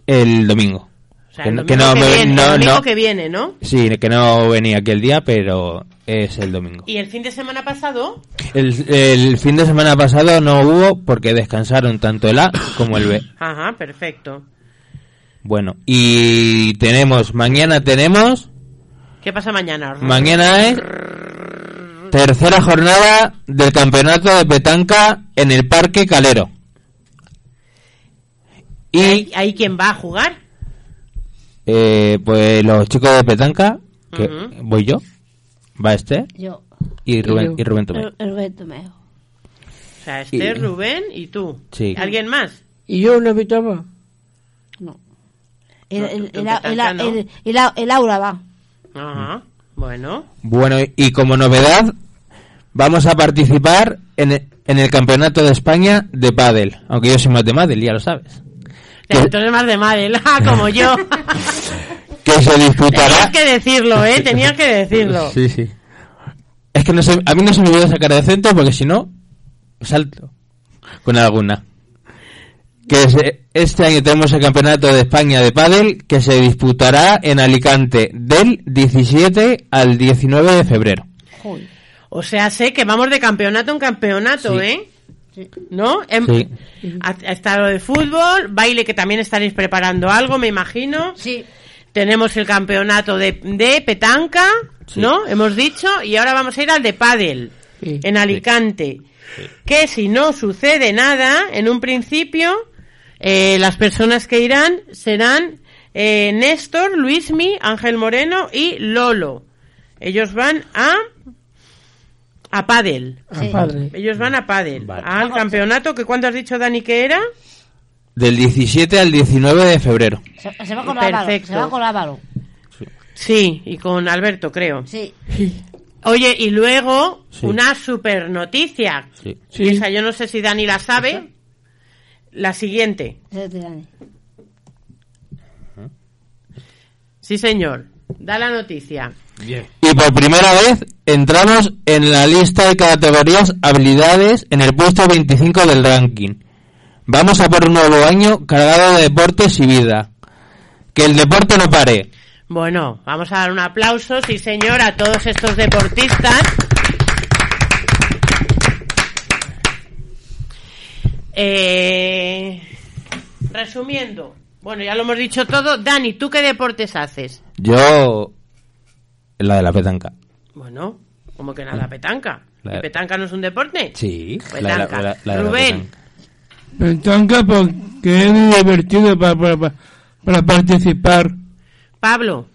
[SPEAKER 2] el domingo.
[SPEAKER 5] O sea,
[SPEAKER 2] Que
[SPEAKER 5] el
[SPEAKER 2] no-
[SPEAKER 5] domingo
[SPEAKER 2] que no me-
[SPEAKER 5] viene,
[SPEAKER 2] no-
[SPEAKER 5] el domingo
[SPEAKER 2] no.
[SPEAKER 5] que viene, ¿no?
[SPEAKER 2] Sí, que no venía aquel día, pero es el domingo.
[SPEAKER 5] Y el fin de semana pasado,
[SPEAKER 2] El, el fin de semana pasado no hubo porque descansaron tanto el A como el B.
[SPEAKER 5] ajá, perfecto.
[SPEAKER 2] Bueno, y tenemos, mañana tenemos,
[SPEAKER 5] ¿Qué pasa mañana?
[SPEAKER 2] mañana es tercera jornada del campeonato de petanca en el Parque Calero. Y
[SPEAKER 5] ¿Ahí quién va a jugar?
[SPEAKER 2] Eh, pues los chicos de Petanca, que voy yo, va este
[SPEAKER 3] Yo.
[SPEAKER 2] y Rubén, y Rubén Tomé.
[SPEAKER 3] El, el Rubén Tomeo.
[SPEAKER 5] O sea, este
[SPEAKER 2] Y-
[SPEAKER 5] Rubén y tú.
[SPEAKER 2] Sí.
[SPEAKER 5] ¿Alguien más?
[SPEAKER 9] ¿Y yo no pitaba?
[SPEAKER 3] El,
[SPEAKER 5] No,
[SPEAKER 3] el,
[SPEAKER 5] no
[SPEAKER 3] el,
[SPEAKER 5] te
[SPEAKER 3] el,
[SPEAKER 5] cansa, ¿no?
[SPEAKER 3] el- el- el aura va.
[SPEAKER 2] Mm.
[SPEAKER 5] Ajá. Bueno.
[SPEAKER 2] Bueno, y como novedad, vamos a participar en el, en el Campeonato de España de pádel, aunque yo soy más de pádel, ya lo sabes.
[SPEAKER 5] Entonces más de madre, como yo.
[SPEAKER 2] Que se
[SPEAKER 5] Tenías
[SPEAKER 2] disputará...
[SPEAKER 5] que decirlo, ¿eh? Tenías que decirlo.
[SPEAKER 2] Sí, sí. Es que no se- a mí no se me olvida sacar de centro porque si no, salto con alguna. Que se- este año tenemos el Campeonato de España de Pádel que se disputará en Alicante del 17 al 19 de febrero.
[SPEAKER 5] O sea, sé que vamos de campeonato en campeonato,
[SPEAKER 2] Sí.
[SPEAKER 5] ¿eh? ¿No? Em-
[SPEAKER 2] Sí.
[SPEAKER 5] Ha, ha estado de fútbol, baile que también estaréis preparando algo, me imagino.
[SPEAKER 3] Sí.
[SPEAKER 5] Tenemos el campeonato de, de petanca, ¿no? Hemos dicho, y ahora vamos a ir al de pádel, en Alicante. Que si no sucede nada, en un principio, eh, las personas que irán serán eh, Néstor, Luismi, Ángel Moreno y Lolo. Ellos van a... A pádel.
[SPEAKER 9] A Sí. pádel.
[SPEAKER 5] Ellos van a pádel. Al campeonato que cuando has dicho, Dani, que era...
[SPEAKER 2] Del 17 al 19 de febrero.
[SPEAKER 3] Se, se va con Álvaro. Se
[SPEAKER 5] Perfecto.
[SPEAKER 3] va con Álvaro.
[SPEAKER 5] Sí, y con Alberto, creo.
[SPEAKER 3] Sí.
[SPEAKER 5] Oye, y luego,
[SPEAKER 2] Sí.
[SPEAKER 5] una super noticia.
[SPEAKER 2] Sí.
[SPEAKER 5] Esa yo no sé si Dani la sabe. La siguiente.
[SPEAKER 3] Se te dan.
[SPEAKER 5] Sí, señor. Da la noticia.
[SPEAKER 2] Y por primera vez entramos en la lista de categorías habilidades en el puesto 25 del ranking. Vamos a por un nuevo año cargado de deportes y vida. Que el deporte no pare.
[SPEAKER 5] Bueno, vamos a dar un aplauso, sí, señor, a todos estos deportistas. Eh, resumiendo. Bueno, ya lo hemos dicho todo. Dani, ¿tú qué deportes haces?
[SPEAKER 2] Yo... La de la petanca.
[SPEAKER 5] Bueno, como que nada, petanca.
[SPEAKER 2] La-
[SPEAKER 5] ¿Y petanca no es un deporte?
[SPEAKER 2] Sí.
[SPEAKER 5] Petanca.
[SPEAKER 2] La de la- la- la de la
[SPEAKER 5] Rubén,
[SPEAKER 4] Petanca porque es divertido para, para, para, para participar.
[SPEAKER 5] Pablo.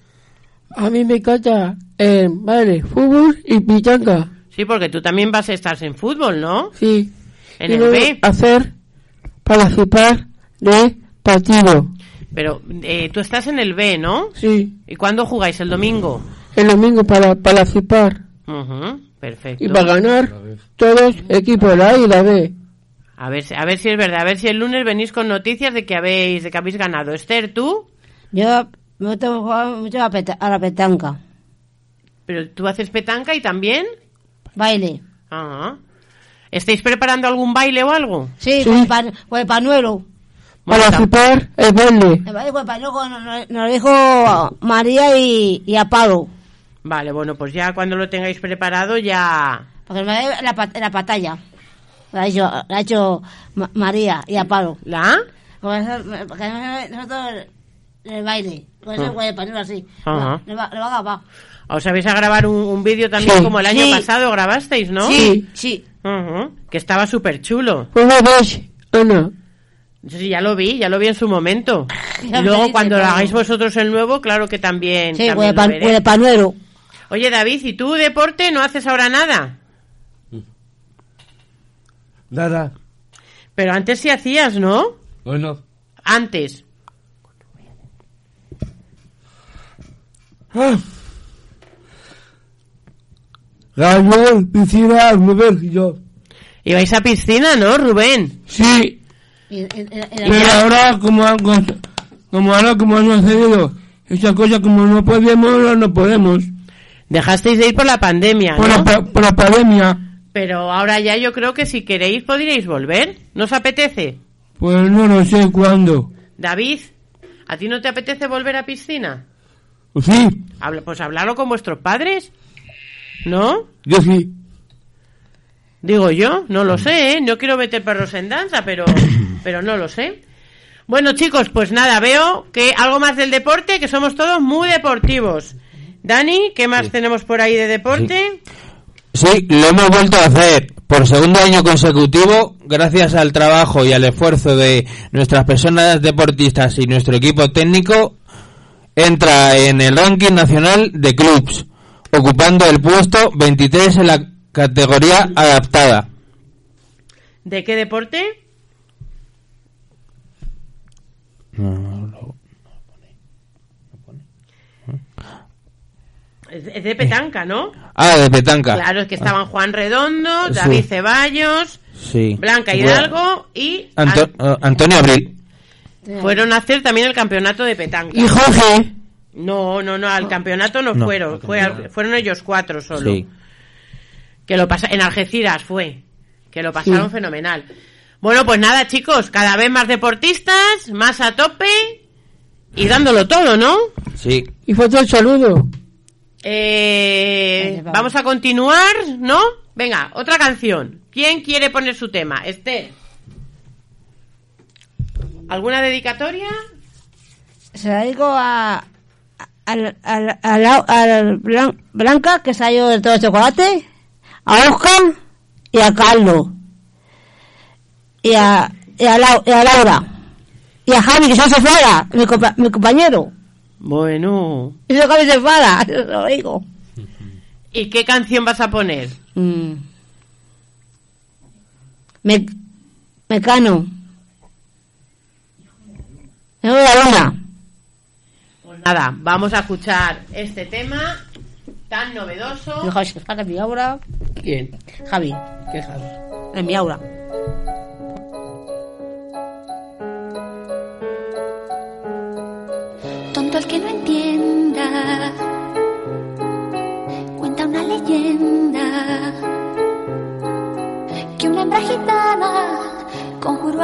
[SPEAKER 9] A mí me encanta, eh, madre, fútbol y pitanca.
[SPEAKER 5] Sí, porque tú también vas a estar en fútbol, ¿no?
[SPEAKER 9] Sí.
[SPEAKER 5] En
[SPEAKER 9] Y
[SPEAKER 5] el
[SPEAKER 9] luego
[SPEAKER 5] B.
[SPEAKER 9] Hacer, participar de partido.
[SPEAKER 5] Pero eh, tú estás en el B, ¿no?
[SPEAKER 9] Sí.
[SPEAKER 5] ¿Y cuándo jugáis? ¿El domingo?
[SPEAKER 9] El domingo para participar
[SPEAKER 5] Ujú, perfecto.
[SPEAKER 9] y para ganar todos equipos, la A y la B.
[SPEAKER 5] A ver, si- a ver si es verdad, a ver si el lunes venís con noticias de que habéis, de que habéis ganado. Esther, tú,
[SPEAKER 3] Yo me gusta jugar mucho a, la peta- a la petanca.
[SPEAKER 5] pero tú haces petanca y también.
[SPEAKER 3] Baile.
[SPEAKER 5] Ah. ¿Estáis preparando algún baile o algo?
[SPEAKER 3] Sí, con el pan- con el panuelo.
[SPEAKER 9] Para flipar el verde.
[SPEAKER 3] El baile con el panuelo con- nos nos lo dijo María y, y a Pablo.
[SPEAKER 5] Vale, bueno, pues ya cuando lo tengáis preparado ya...
[SPEAKER 3] Porque el baile- la, pat- la batalla. La ha hecho, la ha hecho Ma- María y a Pablo.
[SPEAKER 5] ¿La?
[SPEAKER 3] Porque nosotros- porque nosotros el baile. Con eso
[SPEAKER 5] Ah.
[SPEAKER 3] con el panuelo así.
[SPEAKER 5] Ajá.
[SPEAKER 3] Lo va, lo va a grabar.
[SPEAKER 5] Os habéis a grabar un, un vídeo también
[SPEAKER 9] Sí.
[SPEAKER 5] como el año
[SPEAKER 9] Sí.
[SPEAKER 5] pasado grabasteis, ¿no?
[SPEAKER 9] Sí.
[SPEAKER 3] Sí.
[SPEAKER 5] Que estaba súper chulo.
[SPEAKER 9] Una vez, Ana.
[SPEAKER 5] Sí, ya lo vi, ya lo vi en su momento.
[SPEAKER 3] Ya me
[SPEAKER 5] Luego
[SPEAKER 3] dice
[SPEAKER 5] cuando lo
[SPEAKER 3] todo.
[SPEAKER 5] hagáis vosotros el nuevo, claro que también...
[SPEAKER 3] Sí,
[SPEAKER 5] también
[SPEAKER 3] con el,
[SPEAKER 5] lo
[SPEAKER 3] pan-
[SPEAKER 5] veré.
[SPEAKER 3] con el panuelo.
[SPEAKER 5] Oye, David, ¿y tú deporte no haces ahora nada?
[SPEAKER 6] Nada.
[SPEAKER 5] Pero antes sí hacías, ¿no?
[SPEAKER 6] Bueno.
[SPEAKER 5] Antes.
[SPEAKER 6] Ganó en piscina Rubén y yo.
[SPEAKER 5] Ibais a piscina, ¿no, Rubén?
[SPEAKER 4] Sí,
[SPEAKER 3] Y- y- y- y-
[SPEAKER 4] pero ahora como han cons- como ahora como han sucedido esas cosas como no podemos, ahora no podemos.
[SPEAKER 5] Dejasteis de ir por la pandemia,
[SPEAKER 4] Por,
[SPEAKER 5] ¿no?
[SPEAKER 4] la, pa- por la pandemia,
[SPEAKER 5] Pero ahora ya yo creo que si queréis podríais volver. ¿Nos apetece?
[SPEAKER 4] pues no lo sé cuándo.
[SPEAKER 5] David, ¿a ti no te apetece volver a piscina?
[SPEAKER 4] Sí,
[SPEAKER 5] Habla, pues hablarlo con vuestros padres. ¿No?
[SPEAKER 4] yo sí.
[SPEAKER 5] Digo yo, no lo sé, ¿eh? No quiero meter perros en danza, pero, pero no lo sé. Bueno, chicos, pues nada, veo que algo más del deporte, que somos todos muy deportivos. Dani, ¿qué más tenemos por ahí de deporte?
[SPEAKER 2] Sí, lo hemos vuelto a hacer por segundo año consecutivo, gracias al trabajo y al esfuerzo de nuestras personas deportistas y nuestro equipo técnico, entra en el ranking nacional de clubs, ocupando el puesto 23 en la categoría adaptada.
[SPEAKER 5] ¿De qué deporte? Es es de petanca, ¿no?
[SPEAKER 2] Ah, de petanca. Ah.
[SPEAKER 5] Claro, es que estaban Juan Redondo,
[SPEAKER 2] Sí.
[SPEAKER 5] David Ceballos,
[SPEAKER 2] Sí.
[SPEAKER 5] Blanca
[SPEAKER 2] Bueno.
[SPEAKER 5] Hidalgo y
[SPEAKER 2] Anto- eh, Antonio Abril.
[SPEAKER 5] fueron a hacer también el campeonato de petanca.
[SPEAKER 9] Y Jorge.
[SPEAKER 5] No, no, no, al campeonato no,
[SPEAKER 2] Ah. No,
[SPEAKER 5] fueron,
[SPEAKER 2] al
[SPEAKER 5] fue al- fueron ellos cuatro solo.
[SPEAKER 2] Sí.
[SPEAKER 5] Que lo pasa en Algeciras fue, que lo pasaron
[SPEAKER 9] Sí.
[SPEAKER 5] fenomenal. Bueno, pues nada, chicos, cada vez más deportistas, más a tope y dándolo todo, ¿no?
[SPEAKER 2] Sí.
[SPEAKER 9] Y foto el saludo.
[SPEAKER 5] Eh, vamos a continuar, ¿no? Venga, otra canción. ¿Quién quiere poner su tema? Esther. ¿Alguna dedicatoria?
[SPEAKER 3] se la digo a, al, al, al, al Blan- Blanca, que salió del todo de chocolate, a Oscar y a Carlos, y a, y a, Lau- y a Laura, y a Javi, que se hace fuera, mi, compa- mi compañero.
[SPEAKER 5] Bueno.
[SPEAKER 3] Y yo Javi se fuera, lo digo.
[SPEAKER 5] ¿Y qué canción vas a poner?
[SPEAKER 3] Mm. Me, mecano. Me voy a la luna.
[SPEAKER 5] Pues nada, vamos a escuchar este tema tan novedoso.
[SPEAKER 3] Dijo, "Es que para mi aura.
[SPEAKER 5] ¿Quién?
[SPEAKER 3] Javi.
[SPEAKER 5] ¿Qué Javi?
[SPEAKER 3] En mi aura.
[SPEAKER 10] Tonto el que no entienda, cuenta una leyenda que una hembra gitana conjuró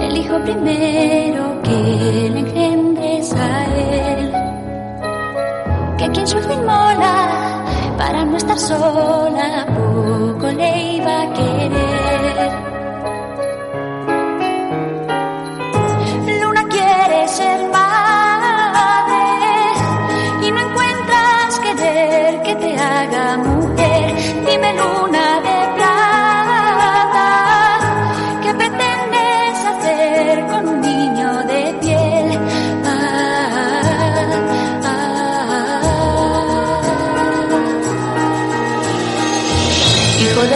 [SPEAKER 10] el hijo primero que le engendres a él. Que quien sufre mola para no estar sola, poco le iba a querer. Luna quiere ser madre y no encuentras querer que te haga mujer. Dime luna de plata, ¿qué pretendes este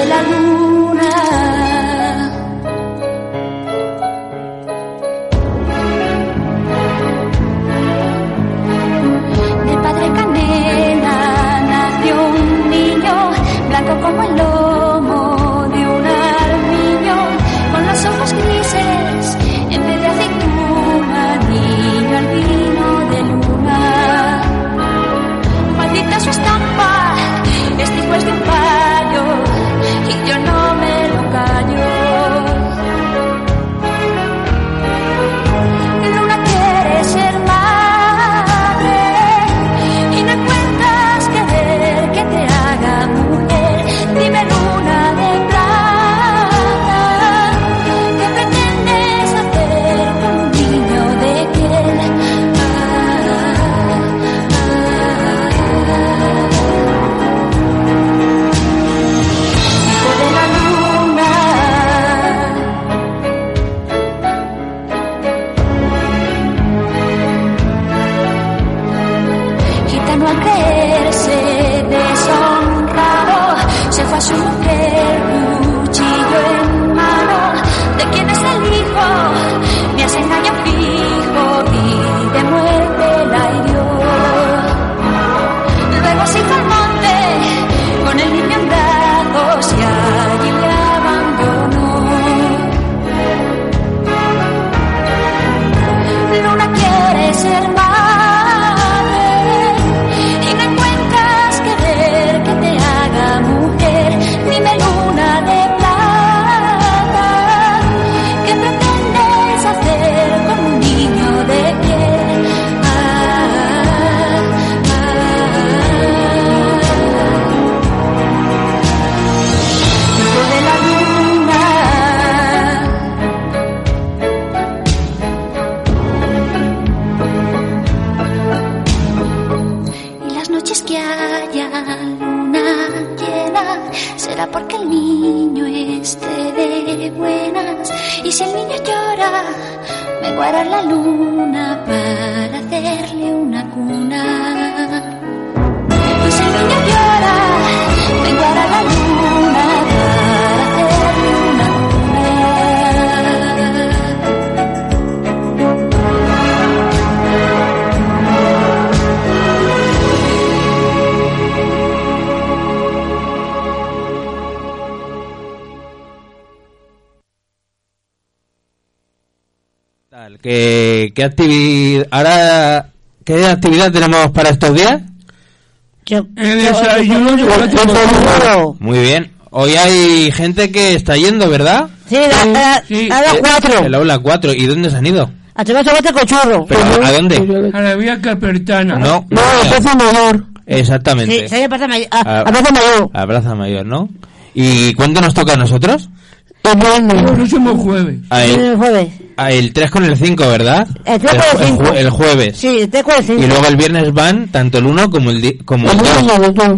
[SPEAKER 10] Ah, Ah, llora, me guarda la luna para hacerle una cuna. Pues el niño llora, me guarda la luna para hacerle una
[SPEAKER 2] Tal, ¿Qué, qué actividad ahora qué actividad tenemos para estos días?
[SPEAKER 4] El desayuno de Pati Montoro.
[SPEAKER 2] Muy bien. Hoy hay gente que está yendo, ¿verdad?
[SPEAKER 3] Sí, a, a- a las
[SPEAKER 2] Eh,
[SPEAKER 3] cuatro.
[SPEAKER 2] El aula 4. ¿Y dónde se han ido?
[SPEAKER 3] A tomar chocolate con churro. Pues
[SPEAKER 2] Pero, ¿A dónde?
[SPEAKER 4] A la vía capertana.
[SPEAKER 2] No.
[SPEAKER 3] No, a Plaza Mayor. Sí,
[SPEAKER 2] Exactamente.
[SPEAKER 3] se Plaza Mayor. A,
[SPEAKER 2] Ah.
[SPEAKER 3] a Plaza Mayor.
[SPEAKER 2] A Plaza Mayor, ¿no? ¿Y cuándo nos toca a nosotros?
[SPEAKER 3] El viernes.
[SPEAKER 4] Pues Próximo jueves.
[SPEAKER 2] A
[SPEAKER 3] El
[SPEAKER 2] el,
[SPEAKER 3] jueves.
[SPEAKER 2] a Ah, el 3 con el 5, ¿verdad?
[SPEAKER 3] El 3 con el
[SPEAKER 2] ju-
[SPEAKER 3] 5.
[SPEAKER 2] el jueves.
[SPEAKER 3] Sí, el 3 con el 5.
[SPEAKER 2] Y luego el viernes van tanto el 1 como el, di- como el 2.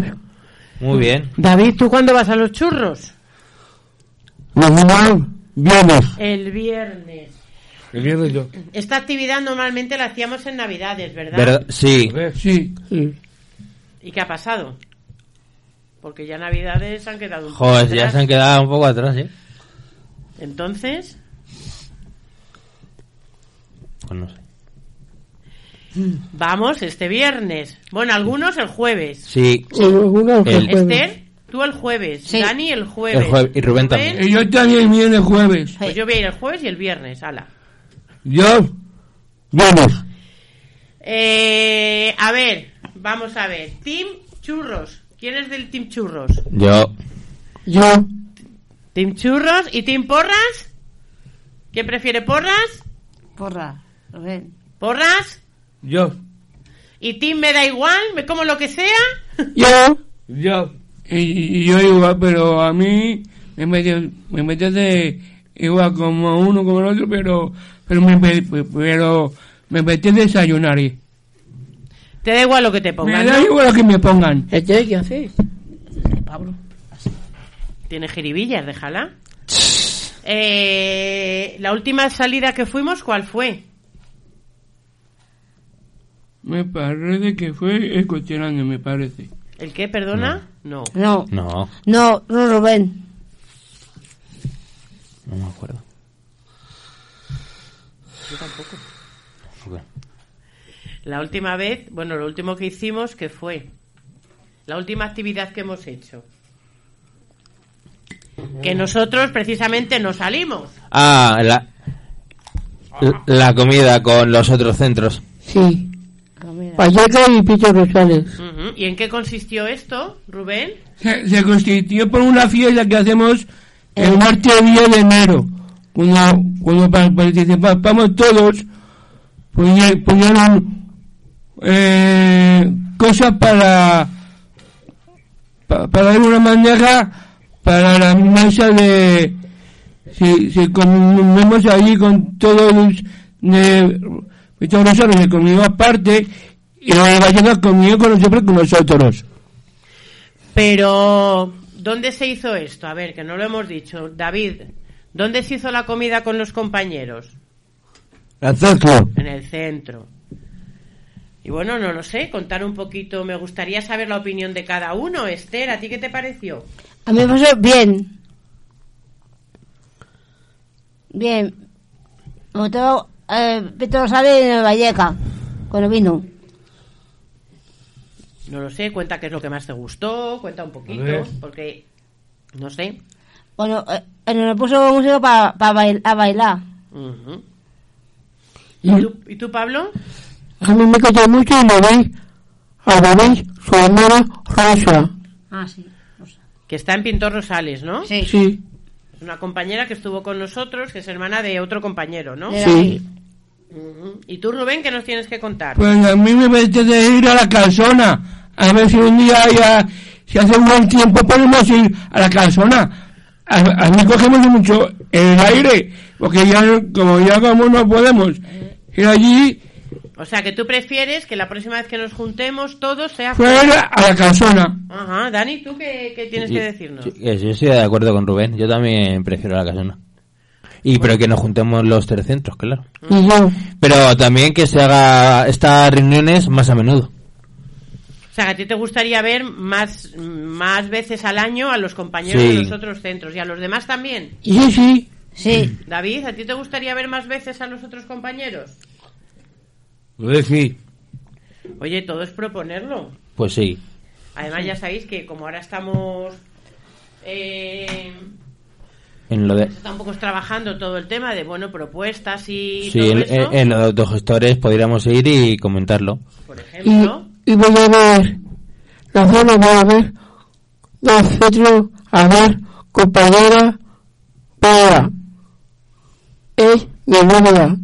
[SPEAKER 2] Muy bien.
[SPEAKER 5] David, ¿tú cuándo vas a los churros?
[SPEAKER 1] Nos vemos viernes.
[SPEAKER 5] El viernes.
[SPEAKER 6] El viernes yo.
[SPEAKER 5] Esta actividad normalmente la hacíamos en Navidades, ¿verdad?
[SPEAKER 2] ¿Verdad? Sí.
[SPEAKER 4] Sí.
[SPEAKER 5] ¿Y qué ha pasado? Porque ya Navidades han quedado un poco
[SPEAKER 2] Joder, ya
[SPEAKER 5] atrás.
[SPEAKER 2] se han quedado un poco atrás, ¿eh?
[SPEAKER 5] Entonces,
[SPEAKER 2] Pues no sé.
[SPEAKER 5] vamos este viernes. Bueno, algunos el jueves.
[SPEAKER 2] Sí.
[SPEAKER 4] Este
[SPEAKER 2] El-
[SPEAKER 5] Esther, tú el jueves. Dani el jueves.
[SPEAKER 2] El jueves. Y Rubén también.
[SPEAKER 4] Y yo también viene el jueves.
[SPEAKER 5] Pues yo voy a ir el jueves y el viernes, ala.
[SPEAKER 4] Yo.
[SPEAKER 1] Viernes.
[SPEAKER 5] Eh, a ver, vamos a ver. Team Churros. ¿Quién es del Team Churros?
[SPEAKER 2] Yo.
[SPEAKER 1] Yo.
[SPEAKER 5] Team Churros y Team Porras. ¿Quién prefiere Porras?
[SPEAKER 3] Porra. Rubén.
[SPEAKER 5] Porras.
[SPEAKER 4] Yo.
[SPEAKER 5] Y Team me da igual, me como lo que sea.
[SPEAKER 4] Yo. Yo. Y, y yo igual, pero a mí me metió, me metió de igual como uno como el otro, pero, pero me, pe- pero me metí a desayunar. y-
[SPEAKER 5] Te da igual lo que te
[SPEAKER 4] Me
[SPEAKER 5] pongan.
[SPEAKER 4] da
[SPEAKER 5] ¿no?
[SPEAKER 4] igual lo que me pongan.
[SPEAKER 9] ¿Qué haces?
[SPEAKER 5] Pablo. Tiene jeribillas, déjala. Eh, la última salida que fuimos, ¿cuál fue?
[SPEAKER 4] Me parece que fue escuchando, me parece.
[SPEAKER 5] ¿El qué, perdona? No.
[SPEAKER 3] No.
[SPEAKER 2] No,
[SPEAKER 3] No, no, Rubén.
[SPEAKER 2] no me acuerdo.
[SPEAKER 5] Yo tampoco. La última vez, bueno, lo último que hicimos, que fue? La última actividad que hemos hecho. Que nosotros precisamente no salimos.
[SPEAKER 2] Ah, la, la comida con los otros centros.
[SPEAKER 9] Sí. Pacheco y Pito Rosales.
[SPEAKER 5] Ujú. ¿Y en qué consistió esto, Rubén?
[SPEAKER 4] Se, se constituyó por una fiesta que hacemos el martes 10 de enero. Cuando, cuando pa- participamos todos, pues puñe- pusieron eh, cosas para, pa- para dar una bandeja para la mesa de. Si, si comemos allí con todos los. De, Víctor Rosario se comió aparte y la gallina comió con nosotros con nosotros.
[SPEAKER 5] Pero, ¿dónde se hizo esto? A ver, que no lo hemos dicho. David, ¿dónde se hizo la comida con los compañeros?
[SPEAKER 1] Acerco.
[SPEAKER 5] En el centro. Y bueno, no lo sé, contar un poquito. Me gustaría saber la opinión de cada uno. Esther, ¿a ti qué te pareció?
[SPEAKER 3] A mí me pasó bien. Bien. Me gustó eh, Pito Rosales en Valleca. Cuando vino.
[SPEAKER 5] No lo sé, cuenta qué es lo que más te gustó, cuenta un poquito,
[SPEAKER 3] ver.
[SPEAKER 5] porque no sé.
[SPEAKER 3] Bueno, eh, eh, nos puso música para a bailar.
[SPEAKER 5] Ujú. ¿Y, tú, y tú, Pablo?
[SPEAKER 9] A mí me cayó mucho y lo veis a David, su hermana Rosa.
[SPEAKER 3] Ah, sí.
[SPEAKER 5] Que está en Pintor Rosales, ¿no?
[SPEAKER 3] Sí.
[SPEAKER 9] Sí.
[SPEAKER 5] Una compañera que estuvo con nosotros, que es hermana de otro compañero, ¿no?
[SPEAKER 9] Sí.
[SPEAKER 5] Ujú. ¿Y tú, Rubén, qué nos tienes que contar?
[SPEAKER 4] Pues a mí me mete de ir a la calzona. A ver si un día ya, si hace un buen tiempo podemos ir a la calzona. A, a mí cogemos mucho el aire, porque ya no- como ya como no podemos ir allí,
[SPEAKER 5] O sea, que tú prefieres que la próxima vez que nos juntemos todos sea...
[SPEAKER 4] fuera a la calzona.
[SPEAKER 5] Ajá, Dani, ¿tú qué, qué tienes que decirnos?
[SPEAKER 2] Sí, que Yo estoy de acuerdo con Rubén. Yo también prefiero la casona. Y pero que nos juntemos los tres centros, claro.
[SPEAKER 9] Y yo,
[SPEAKER 2] Pero también que se haga estas reuniones más a menudo.
[SPEAKER 5] O sea, que a ti te gustaría ver más, más veces al año a los compañeros
[SPEAKER 2] Sí.
[SPEAKER 5] de los otros centros y a los demás también.
[SPEAKER 9] sí, sí.
[SPEAKER 3] Sí.
[SPEAKER 5] David, ¿a ti te gustaría ver más veces a los otros compañeros?
[SPEAKER 4] Pues sí.
[SPEAKER 5] Oye, todo es proponerlo.
[SPEAKER 2] Pues sí.
[SPEAKER 5] Además, ya sabéis que como ahora estamos. Eh,
[SPEAKER 2] En lo de,
[SPEAKER 5] tampoco trabajando todo el tema de, bueno, propuestas y
[SPEAKER 2] sí,
[SPEAKER 5] todo
[SPEAKER 2] en,
[SPEAKER 5] eso.
[SPEAKER 2] en- en lo de autogestores podríamos ir y comentarlo.
[SPEAKER 9] y, y voy a ver, nosotros vamos a ver, nosotros a ver, compañera, para, es de nómada.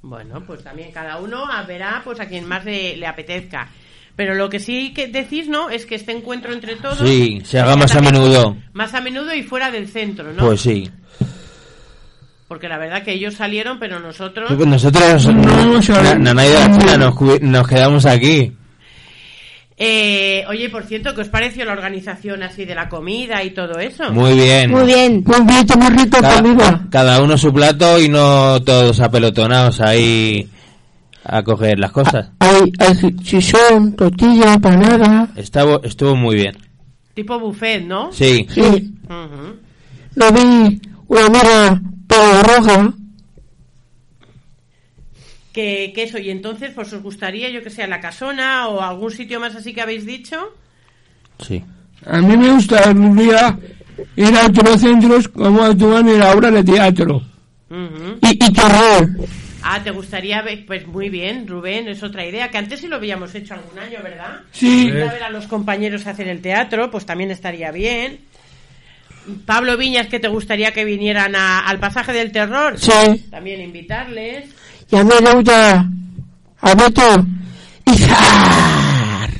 [SPEAKER 5] Bueno, pues también cada uno a- verá pues a quien más le, le apetezca. Pero lo que sí que decís, ¿no? Es que este encuentro entre todos...
[SPEAKER 2] Sí, se haga más a
[SPEAKER 5] también
[SPEAKER 2] menudo.
[SPEAKER 5] Más a menudo y fuera del centro, ¿no?
[SPEAKER 2] Pues sí.
[SPEAKER 5] Porque la verdad que ellos salieron, pero nosotros...
[SPEAKER 2] Nosotros, na- Nana y de la China, nos, cu- nos quedamos aquí.
[SPEAKER 5] Eh, oye, por cierto, ¿qué os pareció la organización así de la comida y todo eso?
[SPEAKER 2] Muy bien. Muy
[SPEAKER 3] bien.
[SPEAKER 9] Muy bien, muy rico comida.
[SPEAKER 2] Cada uno su plato y no todos apelotonados ahí a coger las cosas.
[SPEAKER 9] Hay, hay chichón, tortilla, panada.
[SPEAKER 2] Estuvo, estuvo muy bien.
[SPEAKER 5] Tipo buffet, ¿no?
[SPEAKER 2] Sí.
[SPEAKER 9] Sí.
[SPEAKER 5] Ujú.
[SPEAKER 9] Lo vi una mera pero roja.
[SPEAKER 5] Que, que eso, y entonces, pues os gustaría, yo que sé, la casona o algún sitio más así que habéis dicho.
[SPEAKER 4] A mí me gustaría ir a otros centros como actúan en la obra de teatro.
[SPEAKER 5] Ujú.
[SPEAKER 9] Y, y terror.
[SPEAKER 5] Ah, ¿te gustaría ver? Pues muy bien, Rubén, es otra idea, que antes sí lo habíamos hecho algún año, ¿verdad?
[SPEAKER 4] Sí.
[SPEAKER 5] Ir a ver a los compañeros hacer el teatro, pues también estaría bien. Pablo Viñas, que te gustaría que vinieran a- al pasaje del terror.
[SPEAKER 9] Sí.
[SPEAKER 5] También invitarles.
[SPEAKER 9] Y a mí me gusta, a Beto, izar.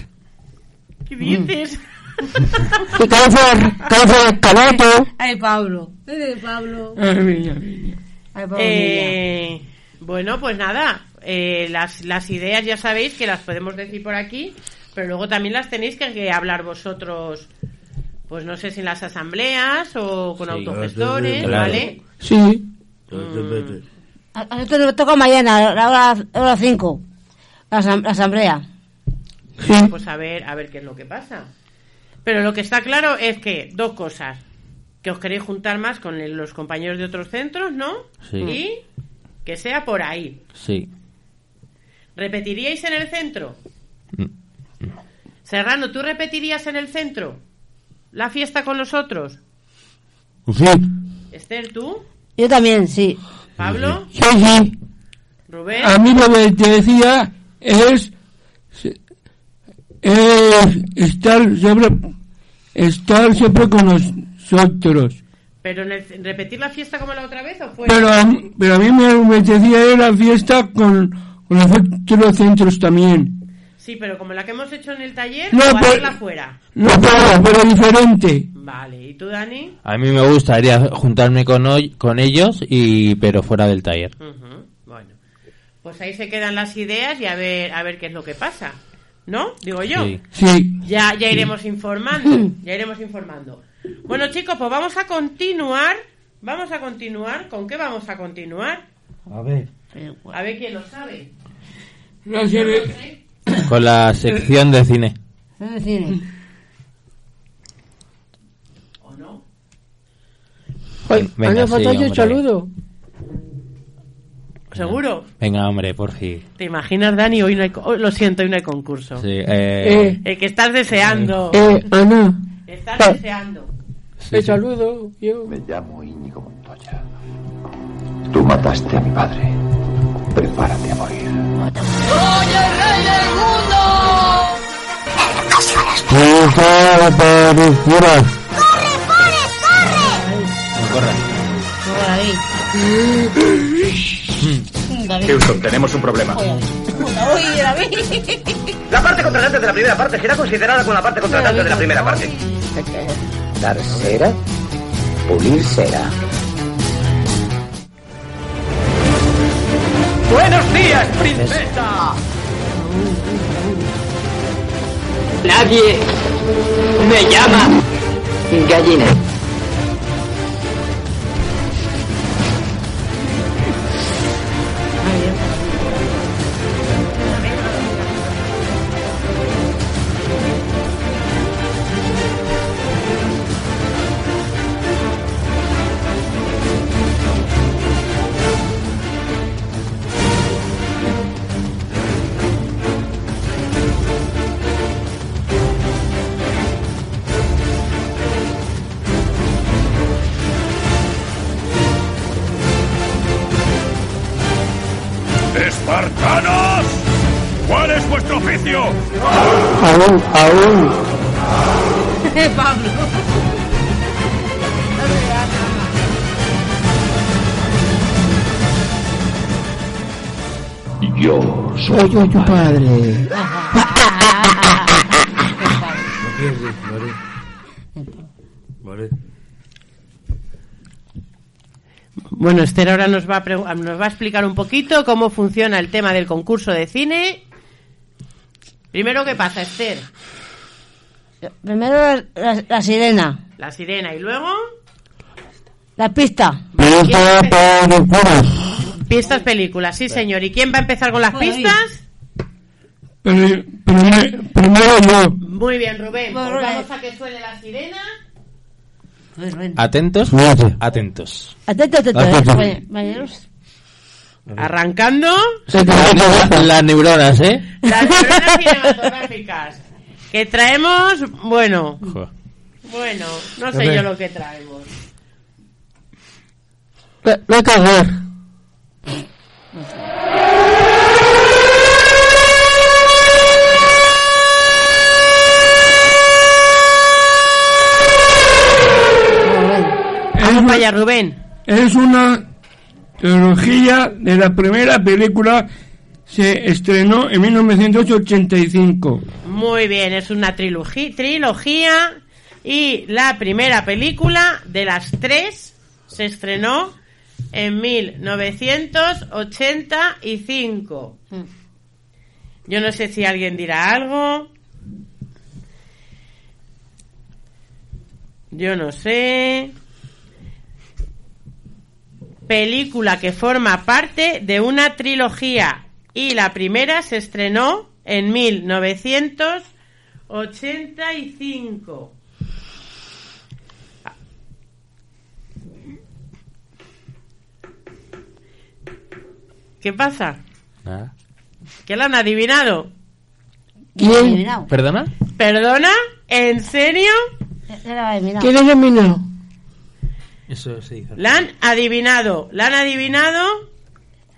[SPEAKER 5] ¿Qué dices?
[SPEAKER 9] Mm. Y calza, calza el caloto.
[SPEAKER 11] Ay, Pablo. Ay, Pablo. Ay, Pablo.
[SPEAKER 5] Eh, bueno, pues nada, eh, las, las ideas ya sabéis que las podemos decir por aquí, pero luego también las tenéis que, que hablar vosotros, pues no sé si en las asambleas o con autogestores,
[SPEAKER 9] claro.
[SPEAKER 5] ¿vale?
[SPEAKER 9] Sí.
[SPEAKER 3] A a nosotros nos toca mañana, a la hora- a la hora 5, la, asam- la asamblea.
[SPEAKER 5] Pues a ver, a ver qué es lo que pasa. Pero lo que está claro es que dos cosas, que os queréis juntar más con el- los compañeros de otros centros, ¿no?
[SPEAKER 2] Sí.
[SPEAKER 5] Y que sea por ahí.
[SPEAKER 2] Sí.
[SPEAKER 5] ¿Repetiríais en el centro?
[SPEAKER 4] Mm.
[SPEAKER 5] Serrano, ¿tú repetirías en el centro la fiesta con los otros? Esther, ¿tú?
[SPEAKER 3] Yo también, sí.
[SPEAKER 5] ¿Pablo?
[SPEAKER 3] Sí, sí.
[SPEAKER 5] ¿Rubén?
[SPEAKER 4] A mí lo que te decía es, es estar siempre estar siempre con nosotros.
[SPEAKER 5] ¿Pero en el- repetir la fiesta como la otra vez o fuera?
[SPEAKER 4] Pero a, mí- pero a mí me apetecía ir a la fiesta con, con los otros centros también.
[SPEAKER 5] Sí, pero como la que hemos hecho en el taller,
[SPEAKER 4] No,
[SPEAKER 5] o
[SPEAKER 4] pero-
[SPEAKER 5] hacerla fuera.
[SPEAKER 4] No, pero, pero diferente.
[SPEAKER 5] Vale, ¿y tú, Dani?
[SPEAKER 2] A mí me gustaría juntarme con, hoy- con ellos, y pero fuera del taller.
[SPEAKER 5] Ujú,
[SPEAKER 1] Mm-hmm.
[SPEAKER 5] Bueno, pues ahí se quedan las ideas y a ver, a ver qué es lo que pasa. ¿No? Digo yo.
[SPEAKER 2] Sí.
[SPEAKER 5] Ya, ya iremos informando, ya iremos informando. Bueno, chicos, pues vamos a continuar. Vamos a continuar. ¿Con qué vamos a continuar?
[SPEAKER 2] A ver.
[SPEAKER 5] A ver quién lo sabe.
[SPEAKER 2] Con la sección de cine.
[SPEAKER 9] Ay,
[SPEAKER 2] Venga,
[SPEAKER 9] a mí me falta
[SPEAKER 2] sí,
[SPEAKER 9] yo
[SPEAKER 2] hombre.
[SPEAKER 9] un saludo.
[SPEAKER 5] ¿Seguro?
[SPEAKER 2] Venga, hombre, por fin.
[SPEAKER 5] ¿Te imaginas, Dani? Hoy no hay... co- hoy, lo siento, hoy no hay concurso.
[SPEAKER 2] Sí, eh,
[SPEAKER 9] Eh.
[SPEAKER 5] El que estás deseando.
[SPEAKER 9] Eh, Ana.
[SPEAKER 5] Estás
[SPEAKER 9] pa-
[SPEAKER 5] deseando.
[SPEAKER 9] El saludo, yo.
[SPEAKER 12] Me llamo Íñigo Montoya. Tú mataste a mi padre. Prepárate a morir.
[SPEAKER 13] ¡Soy el rey del mundo!
[SPEAKER 1] Hija de mi fiera.
[SPEAKER 14] Houston, tenemos un problema.
[SPEAKER 13] La parte contratante de la primera parte será considerada como la parte contratante de la primera parte.
[SPEAKER 12] Dar cera, pulir cera.
[SPEAKER 13] ¡Buenos días, princesa! Nadie me llama.
[SPEAKER 12] Gallina.
[SPEAKER 15] ¡Espartanos! ¿Cuál es vuestro oficio?
[SPEAKER 9] Aún, aún.
[SPEAKER 11] Pablo.
[SPEAKER 12] Yo
[SPEAKER 9] Soy yo tu padre.
[SPEAKER 5] Vale. Bueno, Esther ahora nos va, a pregu- ah, nos va a explicar un poquito cómo funciona el tema del concurso de cine. Primero, ¿qué pasa, Esther?
[SPEAKER 3] Primero la, la- la sirena,
[SPEAKER 5] La sirena y luego
[SPEAKER 3] la pista.
[SPEAKER 5] pistas películas. Sí, señor. ¿Y quién va a empezar con las pistas?
[SPEAKER 4] Pero, primero, primero yo.
[SPEAKER 5] Muy bien, Rubén. Pues vamos a que suene la sirena.
[SPEAKER 2] Atentos, atentos.
[SPEAKER 3] Atento,
[SPEAKER 2] Ah,
[SPEAKER 3] atento, eh, compañe- compañeros.
[SPEAKER 5] Arrancando.
[SPEAKER 2] La- Las neuronas, ¿eh?
[SPEAKER 5] Las neuronas cinematográficas. Que traemos, bueno,
[SPEAKER 2] Joder.
[SPEAKER 5] bueno, no
[SPEAKER 2] A
[SPEAKER 5] sé
[SPEAKER 2] ver.
[SPEAKER 5] yo lo que traemos.
[SPEAKER 9] La cagar.
[SPEAKER 4] Vamos allá,
[SPEAKER 5] Rubén.
[SPEAKER 4] Es una trilogía de la primera película. Se estrenó en 1985.
[SPEAKER 5] Muy bien, es una trilogi- trilogía y la primera película de las tres se estrenó en 1985. Yo no sé si alguien dirá algo. Yo no sé. Película que forma parte de una trilogía y la primera se estrenó en 1985. ¿Qué pasa?
[SPEAKER 2] Nada.
[SPEAKER 5] ¿Que la han adivinado?
[SPEAKER 2] ¿Perdona?
[SPEAKER 5] ¿Perdona? ¿En serio?
[SPEAKER 9] ¿Quién es el minero?
[SPEAKER 2] Eso se dice.
[SPEAKER 5] La han adivinado, la han adivinado.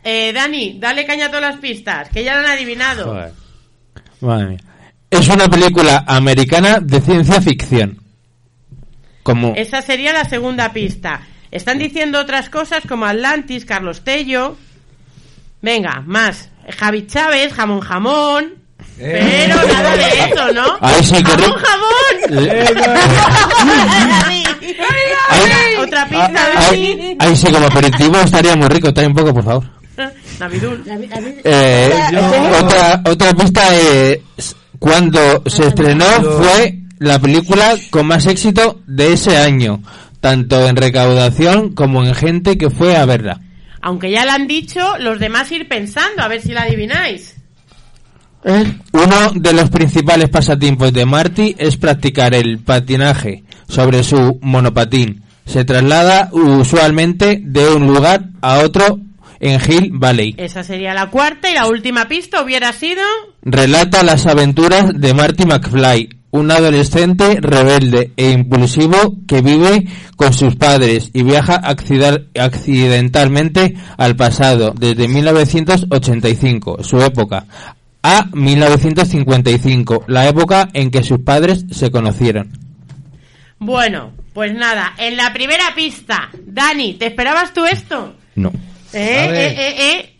[SPEAKER 5] Eh, Dani, dale caña a todas las pistas, que ya la han adivinado.
[SPEAKER 2] Joder. Madre mía. Es una película americana de ciencia ficción. Como
[SPEAKER 5] Esa sería la segunda pista. Están diciendo otras cosas como Atlantis, Carlos Tello. Venga, más. Javi Chávez, jamón jamón. Pero nada de eso, ¿no?
[SPEAKER 2] Ahí sí,
[SPEAKER 5] ¡Jamón
[SPEAKER 2] correcto.
[SPEAKER 5] jamón!
[SPEAKER 2] Eh,
[SPEAKER 5] Otra pista,
[SPEAKER 2] ahí, ahí sí, como aperitivo estaría muy rico. Trae un poco, por favor.
[SPEAKER 5] Navidul.
[SPEAKER 2] Eh, otra, otra pista es cuando se estrenó fue la película con más éxito de ese año, tanto en recaudación como en gente que fue a verla.
[SPEAKER 5] Aunque ya la han dicho, los demás ir pensando, a ver si la adivináis.
[SPEAKER 2] Uno de los principales pasatiempos de Marty es practicar el patinaje sobre su monopatín. Se traslada usualmente de un lugar a otro en Hill Valley.
[SPEAKER 5] Esa sería la cuarta y la última pista hubiera sido...
[SPEAKER 2] relata las aventuras de Marty McFly, un adolescente rebelde e impulsivo que vive con sus padres y viaja accidal- accidentalmente al pasado desde 1985, su época, a 1955, la época en que sus padres se conocieron.
[SPEAKER 5] Bueno, pues nada, en la primera pista, Dani, ¿te esperabas tú esto?
[SPEAKER 2] No.
[SPEAKER 5] Eh,
[SPEAKER 2] A ver.
[SPEAKER 5] eh, eh, eh.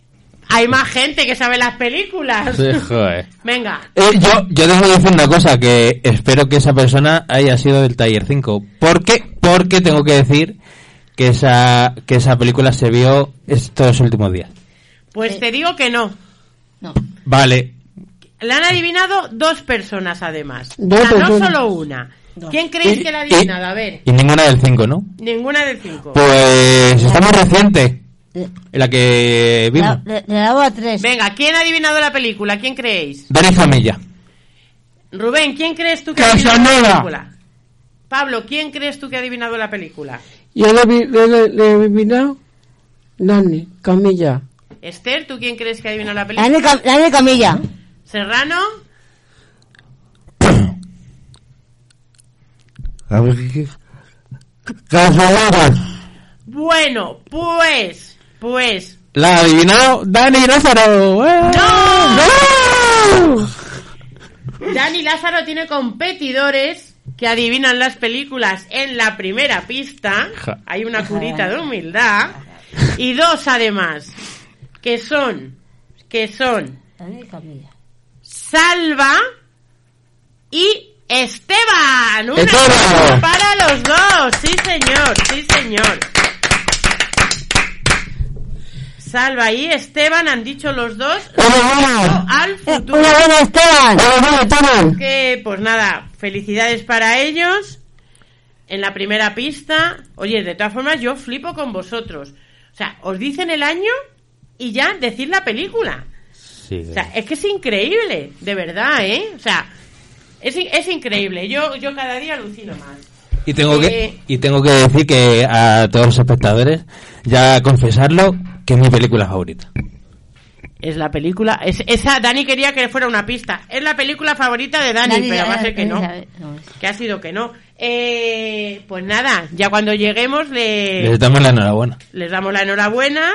[SPEAKER 5] Hay más gente que sabe las películas. Venga,
[SPEAKER 2] Eh, yo, yo dejo de decir una cosa, que espero que esa persona haya sido del Taller 5. ¿Por qué? Porque tengo que decir que esa, que esa película se vio estos últimos días.
[SPEAKER 5] pues te digo que no.
[SPEAKER 2] Vale.
[SPEAKER 5] La han adivinado dos personas además.
[SPEAKER 2] Dos
[SPEAKER 5] O sea, no
[SPEAKER 2] personas. Eh,
[SPEAKER 5] solo una. ¿Quién creéis
[SPEAKER 2] Y-
[SPEAKER 5] que la ha
[SPEAKER 2] y-
[SPEAKER 5] adivinado? A ver,
[SPEAKER 2] Y ninguna del 5, ¿no?
[SPEAKER 5] ninguna de cinco.
[SPEAKER 2] Pues está muy reciente. La que vimos.
[SPEAKER 5] Le, a tres. Venga, ¿quién ha adivinado la película? ¿Quién creéis?
[SPEAKER 2] Dani Famella.
[SPEAKER 5] Rubén, ¿quién crees tú que ha adivinado la
[SPEAKER 9] Casanova.
[SPEAKER 5] película? Pablo, ¿quién crees tú que ha adivinado la película?
[SPEAKER 9] Yo le vi, le, le, le he mirado. Dani, Camilla.
[SPEAKER 5] Esther, ¿tú quién crees que ha adivinado la
[SPEAKER 3] Dani,
[SPEAKER 5] película?
[SPEAKER 3] Cam- Dani Camilla.
[SPEAKER 5] Serrano,
[SPEAKER 6] A ver qué- qué- Casanova.
[SPEAKER 5] bueno, pues, pues,
[SPEAKER 2] La ha adivinado Dani Lázaro. ¡Eh!
[SPEAKER 5] ¡No! Dani Lázaro tiene competidores que adivinan las películas en la primera pista.
[SPEAKER 2] Ja.
[SPEAKER 5] Hay una curita de humildad. Y dos además, que son, que son Salva y Esteban. Un
[SPEAKER 1] Esteban.
[SPEAKER 5] aplauso para los dos. Sí, señor, sí, señor. Salva y Esteban han dicho los dos
[SPEAKER 1] Hola, Eh,
[SPEAKER 5] al futuro.
[SPEAKER 1] Hola, hola, Esteban. Hola, hola, Esteban.
[SPEAKER 5] Que, pues nada, felicidades para ellos. En la primera pista. Oye, de todas formas, yo flipo con vosotros. O sea, os dicen el año y ya decís la película. O sea, es que es increíble, de verdad, ¿eh? O sea, es, in- es increíble. Yo, yo cada día alucino más.
[SPEAKER 2] Y tengo
[SPEAKER 5] Eh.
[SPEAKER 2] que y tengo que decir que a todos los espectadores ya confesarlo que es mi película favorita.
[SPEAKER 5] Es la película. Es, esa Dani quería que fuera una pista. Es la película favorita de Dani,
[SPEAKER 3] Dani,
[SPEAKER 5] pero va a
[SPEAKER 3] eh,
[SPEAKER 5] ser que
[SPEAKER 3] eh,
[SPEAKER 5] no.
[SPEAKER 3] a ver,
[SPEAKER 5] Que ha sido que no. Eh, pues nada, ya cuando lleguemos le,
[SPEAKER 2] Les damos la enhorabuena.
[SPEAKER 5] les damos la enhorabuena.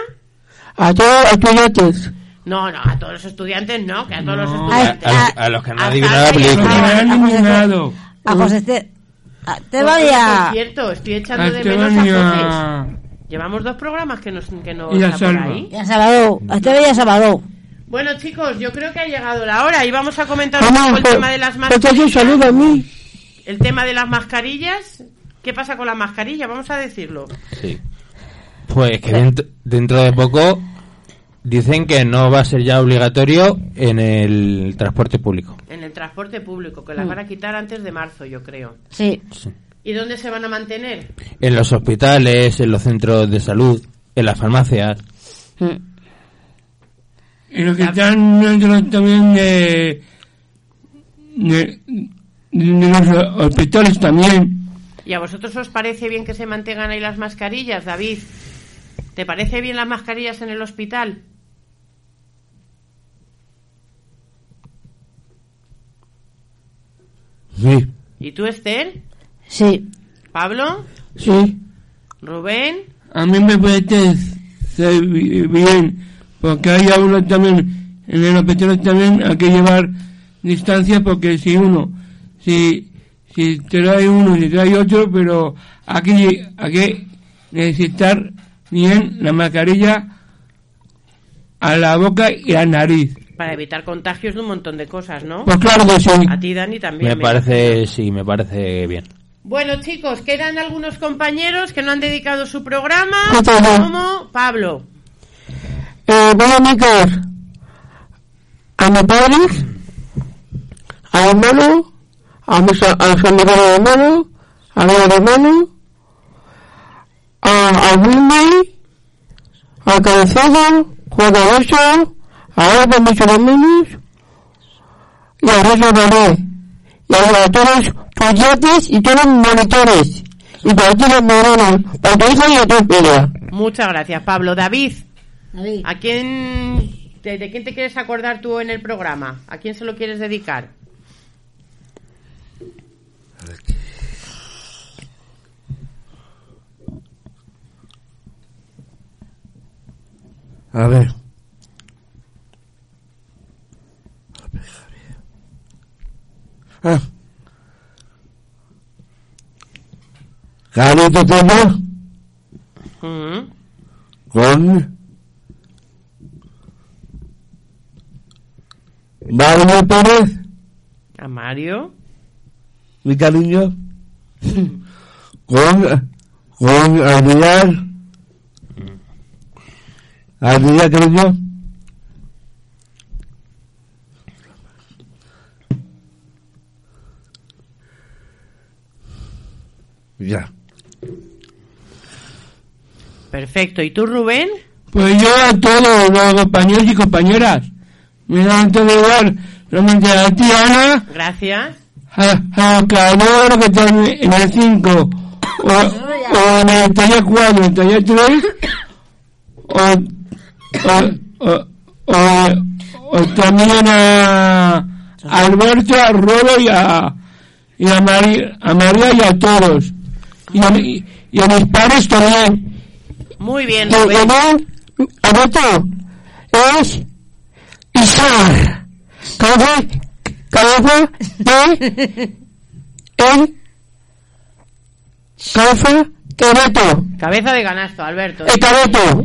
[SPEAKER 9] A todos los pilotes.
[SPEAKER 5] No, no, a todos los estudiantes no, que a todos los
[SPEAKER 2] A,
[SPEAKER 5] estudiantes.
[SPEAKER 2] a- a los que han adivinado la película.
[SPEAKER 4] eliminado.
[SPEAKER 3] A José Este- a Esteban y
[SPEAKER 5] Por
[SPEAKER 3] a...
[SPEAKER 5] cierto, estoy echando de
[SPEAKER 4] Esteban
[SPEAKER 5] menos
[SPEAKER 4] y
[SPEAKER 5] a
[SPEAKER 4] a-
[SPEAKER 5] José. Llevamos dos programas que, nos, que no
[SPEAKER 4] Y a
[SPEAKER 5] está por
[SPEAKER 4] Salva.
[SPEAKER 5] ahí.
[SPEAKER 3] y a Salvador. A Esteban y a Salvador.
[SPEAKER 5] Bueno, chicos, yo creo que ha llegado la hora y vamos a comentar un poco
[SPEAKER 9] Vamos,
[SPEAKER 5] el
[SPEAKER 4] pues,
[SPEAKER 9] pero-
[SPEAKER 5] tema de las
[SPEAKER 9] pero que yo
[SPEAKER 5] mascarillas.
[SPEAKER 9] saludo a mí.
[SPEAKER 5] El tema de las mascarillas. ¿Qué pasa con las mascarillas? Vamos a decirlo.
[SPEAKER 2] Sí. Pues que dentro, dentro de poco dicen que no va a ser ya obligatorio en el transporte público.
[SPEAKER 5] En el transporte público, que
[SPEAKER 4] Mm.
[SPEAKER 5] las van a quitar antes de marzo, yo creo.
[SPEAKER 3] Sí.
[SPEAKER 5] ¿Y dónde se van a mantener?
[SPEAKER 2] En los hospitales, en los centros de salud, en las farmacias.
[SPEAKER 4] Y los que están dentro también de, de, de los hospitales también.
[SPEAKER 5] ¿Y a vosotros os parece bien que se mantengan ahí las mascarillas, David? ¿Te parece bien las mascarillas en el hospital?
[SPEAKER 9] Sí.
[SPEAKER 5] ¿Y tú, Esther?
[SPEAKER 3] Sí.
[SPEAKER 5] ¿Pablo?
[SPEAKER 4] Sí.
[SPEAKER 5] ¿Rubén?
[SPEAKER 4] A mí me parece ser bi- bien, porque hay a uno también, en el hospital también hay que llevar distancia, porque si uno, si, si trae uno, si trae otro, pero aquí hay que necesitar bien la mascarilla a la boca y a la nariz.
[SPEAKER 5] Para evitar contagios de un montón de cosas, ¿no?
[SPEAKER 4] Pues claro que sí.
[SPEAKER 5] A ti, Dani, también.
[SPEAKER 2] Me
[SPEAKER 5] me-
[SPEAKER 2] parece, sí, me parece bien.
[SPEAKER 5] Bueno, chicos, quedan algunos compañeros que no han dedicado su programa.
[SPEAKER 9] Otro no.
[SPEAKER 5] Como Pablo.
[SPEAKER 9] Eh, voy a dedicar a mis padres, a mi hermano, a mis a a mis amigos de hermano, a mi hermano, a, a Willy, a Calzado, Juan Alonso, a Alba Mucho Domínguez, y a Rosa Baré, y a todos folletes y todos monitores, y para ti los morenos, para tu hija y a tu hija.
[SPEAKER 5] Muchas gracias, Pablo. David. ¿A quién, de, de quién te quieres acordar tú en el programa? ¿A quién se lo quieres dedicar?
[SPEAKER 6] A ver. Ah. Carito tema
[SPEAKER 5] Mm.
[SPEAKER 6] con Mario Pérez,
[SPEAKER 5] ¿A Mario?
[SPEAKER 6] mi cariño, con, con Adrián, Adrián cariño, ya.
[SPEAKER 5] Perfecto. ¿Y tú, Rubén?
[SPEAKER 4] Pues yo a todos los compañeros y compañeras, me da un lugar, realmente a ti, Ana,
[SPEAKER 5] Gracias.
[SPEAKER 4] a, a cada uno que está en- en el 5 o, o en el taller 4, en el taller 3 o, o, o, o- o también a, Alberto, a Robo y a, y a, Mari- a María y a todos y a, mi- y a mis padres también
[SPEAKER 5] Muy bien,
[SPEAKER 4] Y a
[SPEAKER 5] Rubén.
[SPEAKER 4] Román,
[SPEAKER 9] Alberto, es izar. Cabeza, cabeza de el cabeza cabeto.
[SPEAKER 5] Cabeza de ganasto, Alberto.
[SPEAKER 9] El cabeto.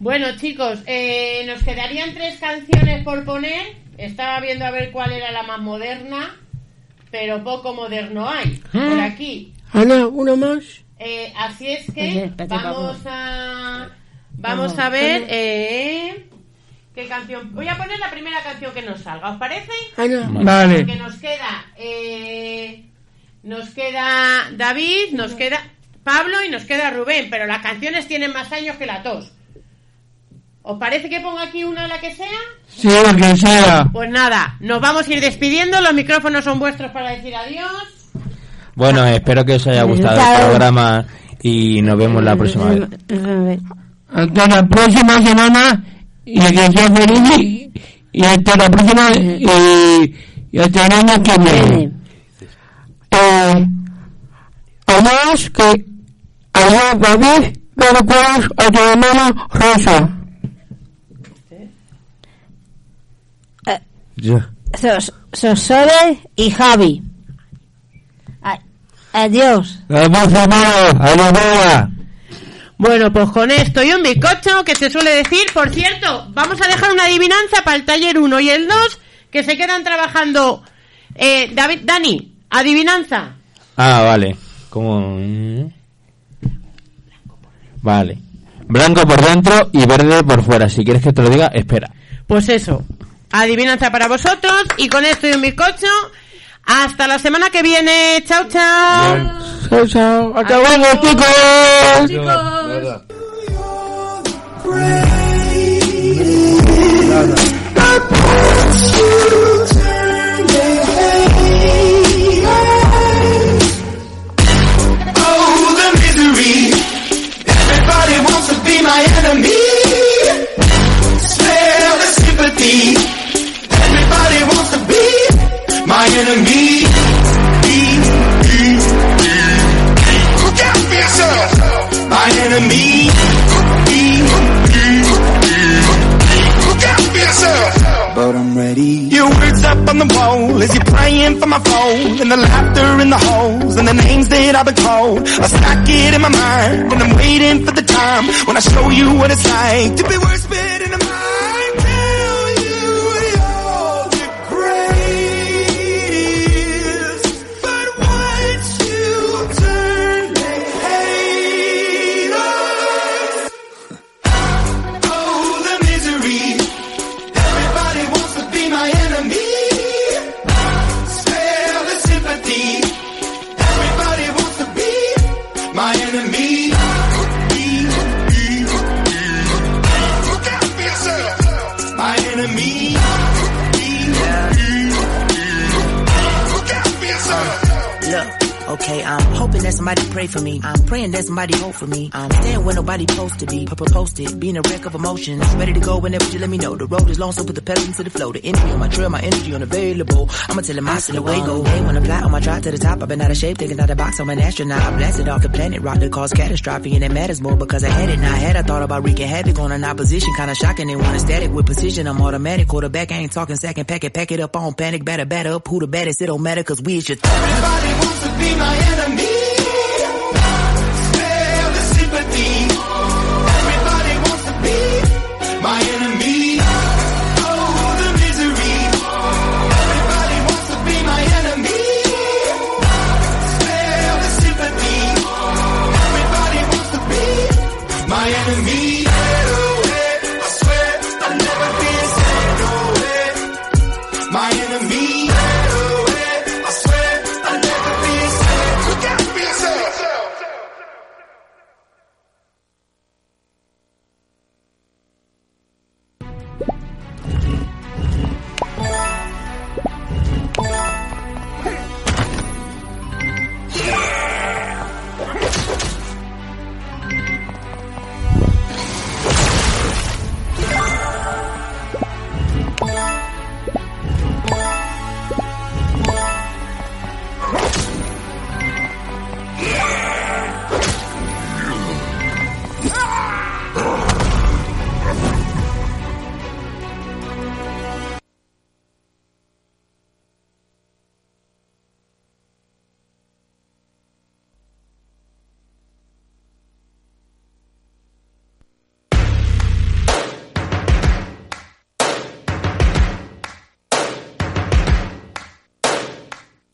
[SPEAKER 5] Bueno, chicos, eh, nos quedarían tres canciones por poner. Estaba viendo a ver cuál era la más moderna, pero poco moderno hay por aquí.
[SPEAKER 9] Ana, una más.
[SPEAKER 5] Eh, así es que vamos a vamos a ver eh, qué canción. Voy a poner la primera canción que nos salga. ¿Os parece?
[SPEAKER 9] Ana.
[SPEAKER 4] Vale.
[SPEAKER 5] Que nos queda eh, nos queda David, nos queda Pablo y nos queda Rubén, pero las canciones tienen más años que la tos. ¿Os parece que ponga aquí una la que sea?
[SPEAKER 4] Sí, lo que
[SPEAKER 9] eh,
[SPEAKER 4] sea.
[SPEAKER 5] Pues nada, nos vamos a ir despidiendo. Los micrófonos son vuestros para decir adiós.
[SPEAKER 2] Bueno, espero que os haya gustado el programa y nos vemos la próxima vez.
[SPEAKER 5] Eh,
[SPEAKER 4] Hasta la próxima semana y que sea feliz y- y hasta la próxima y, y hasta el año que viene.
[SPEAKER 9] Eh, además que allá David me recuerdas a tu hermana Rosa.
[SPEAKER 3] Sos- Sosole y Javi. Ay, adiós.
[SPEAKER 5] Bueno, pues con esto y un bizcocho que se suele decir, por cierto, vamos a dejar una adivinanza para el taller 1 y el 2 que se quedan trabajando. Eh, David, Dani, adivinanza.
[SPEAKER 2] Ah, vale. Como... Vale. Blanco por dentro y verde por fuera. Si quieres que te lo diga, espera.
[SPEAKER 5] Pues eso, adivinanza para vosotros y con esto y un bizcocho. Hasta la semana que viene. Chao, chao.
[SPEAKER 9] Chao, chao. Hasta
[SPEAKER 5] Adiós.
[SPEAKER 9] luego, chicos.
[SPEAKER 13] Oh, the misery. Everybody wants to be my enemy. Spare the sympathy. Everybody wants to be my enemy. Be- be- be- Go get yourself my enemy. Be- be- be- Go get yourself.
[SPEAKER 16] But I'm ready.
[SPEAKER 13] Your words up on the wall as you're praying for my phone And the laughter in the holes and the names that I've been called I stack it in my mind and I'm waiting for the time When I show you what it's like to be worse fit in a mind Tell you you're the greatest But once you turn they hate us Oh, the misery Everybody wants to be my enemy. Spare the sympathy. Everybody wants to be my enemy. Look out for yourself. My enemy. Look out for yourself.
[SPEAKER 17] Look, okay, I'm hoping that somebody pray for me. I'm praying that somebody hope for me. I'm staying where nobody supposed to be. Papa posted, being a wreck of emotions. Ready to go whenever you let me know. The road is long, so put the pedal into the flow. The energy on my trail, my energy unavailable. I'ma tell him I see the way go. Hey, when I fly on my drive to the top, I've been out of shape, taking out the box, I'm an astronaut. I blasted off the planet, rock that caused catastrophe, and it matters more because I had it. Now I had, I thought about wreaking havoc on an opposition. Kinda shocking, they want a static with precision. I'm automatic, quarterback, I ain't talking second packet, pack it up on panic, batter, batter up. Who the baddest? It don't matter, cause we is your
[SPEAKER 13] Everybody wants to be my enemy. Spare the sympathy. Everybody wants to be my enemy. Oh, the misery. Everybody wants to be my enemy. Spare the sympathy. Everybody wants to be my enemy. Get away. I swear I'll never be sent away. My enemy. Get away. I swear I'll never be a slave. Look out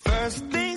[SPEAKER 16] just think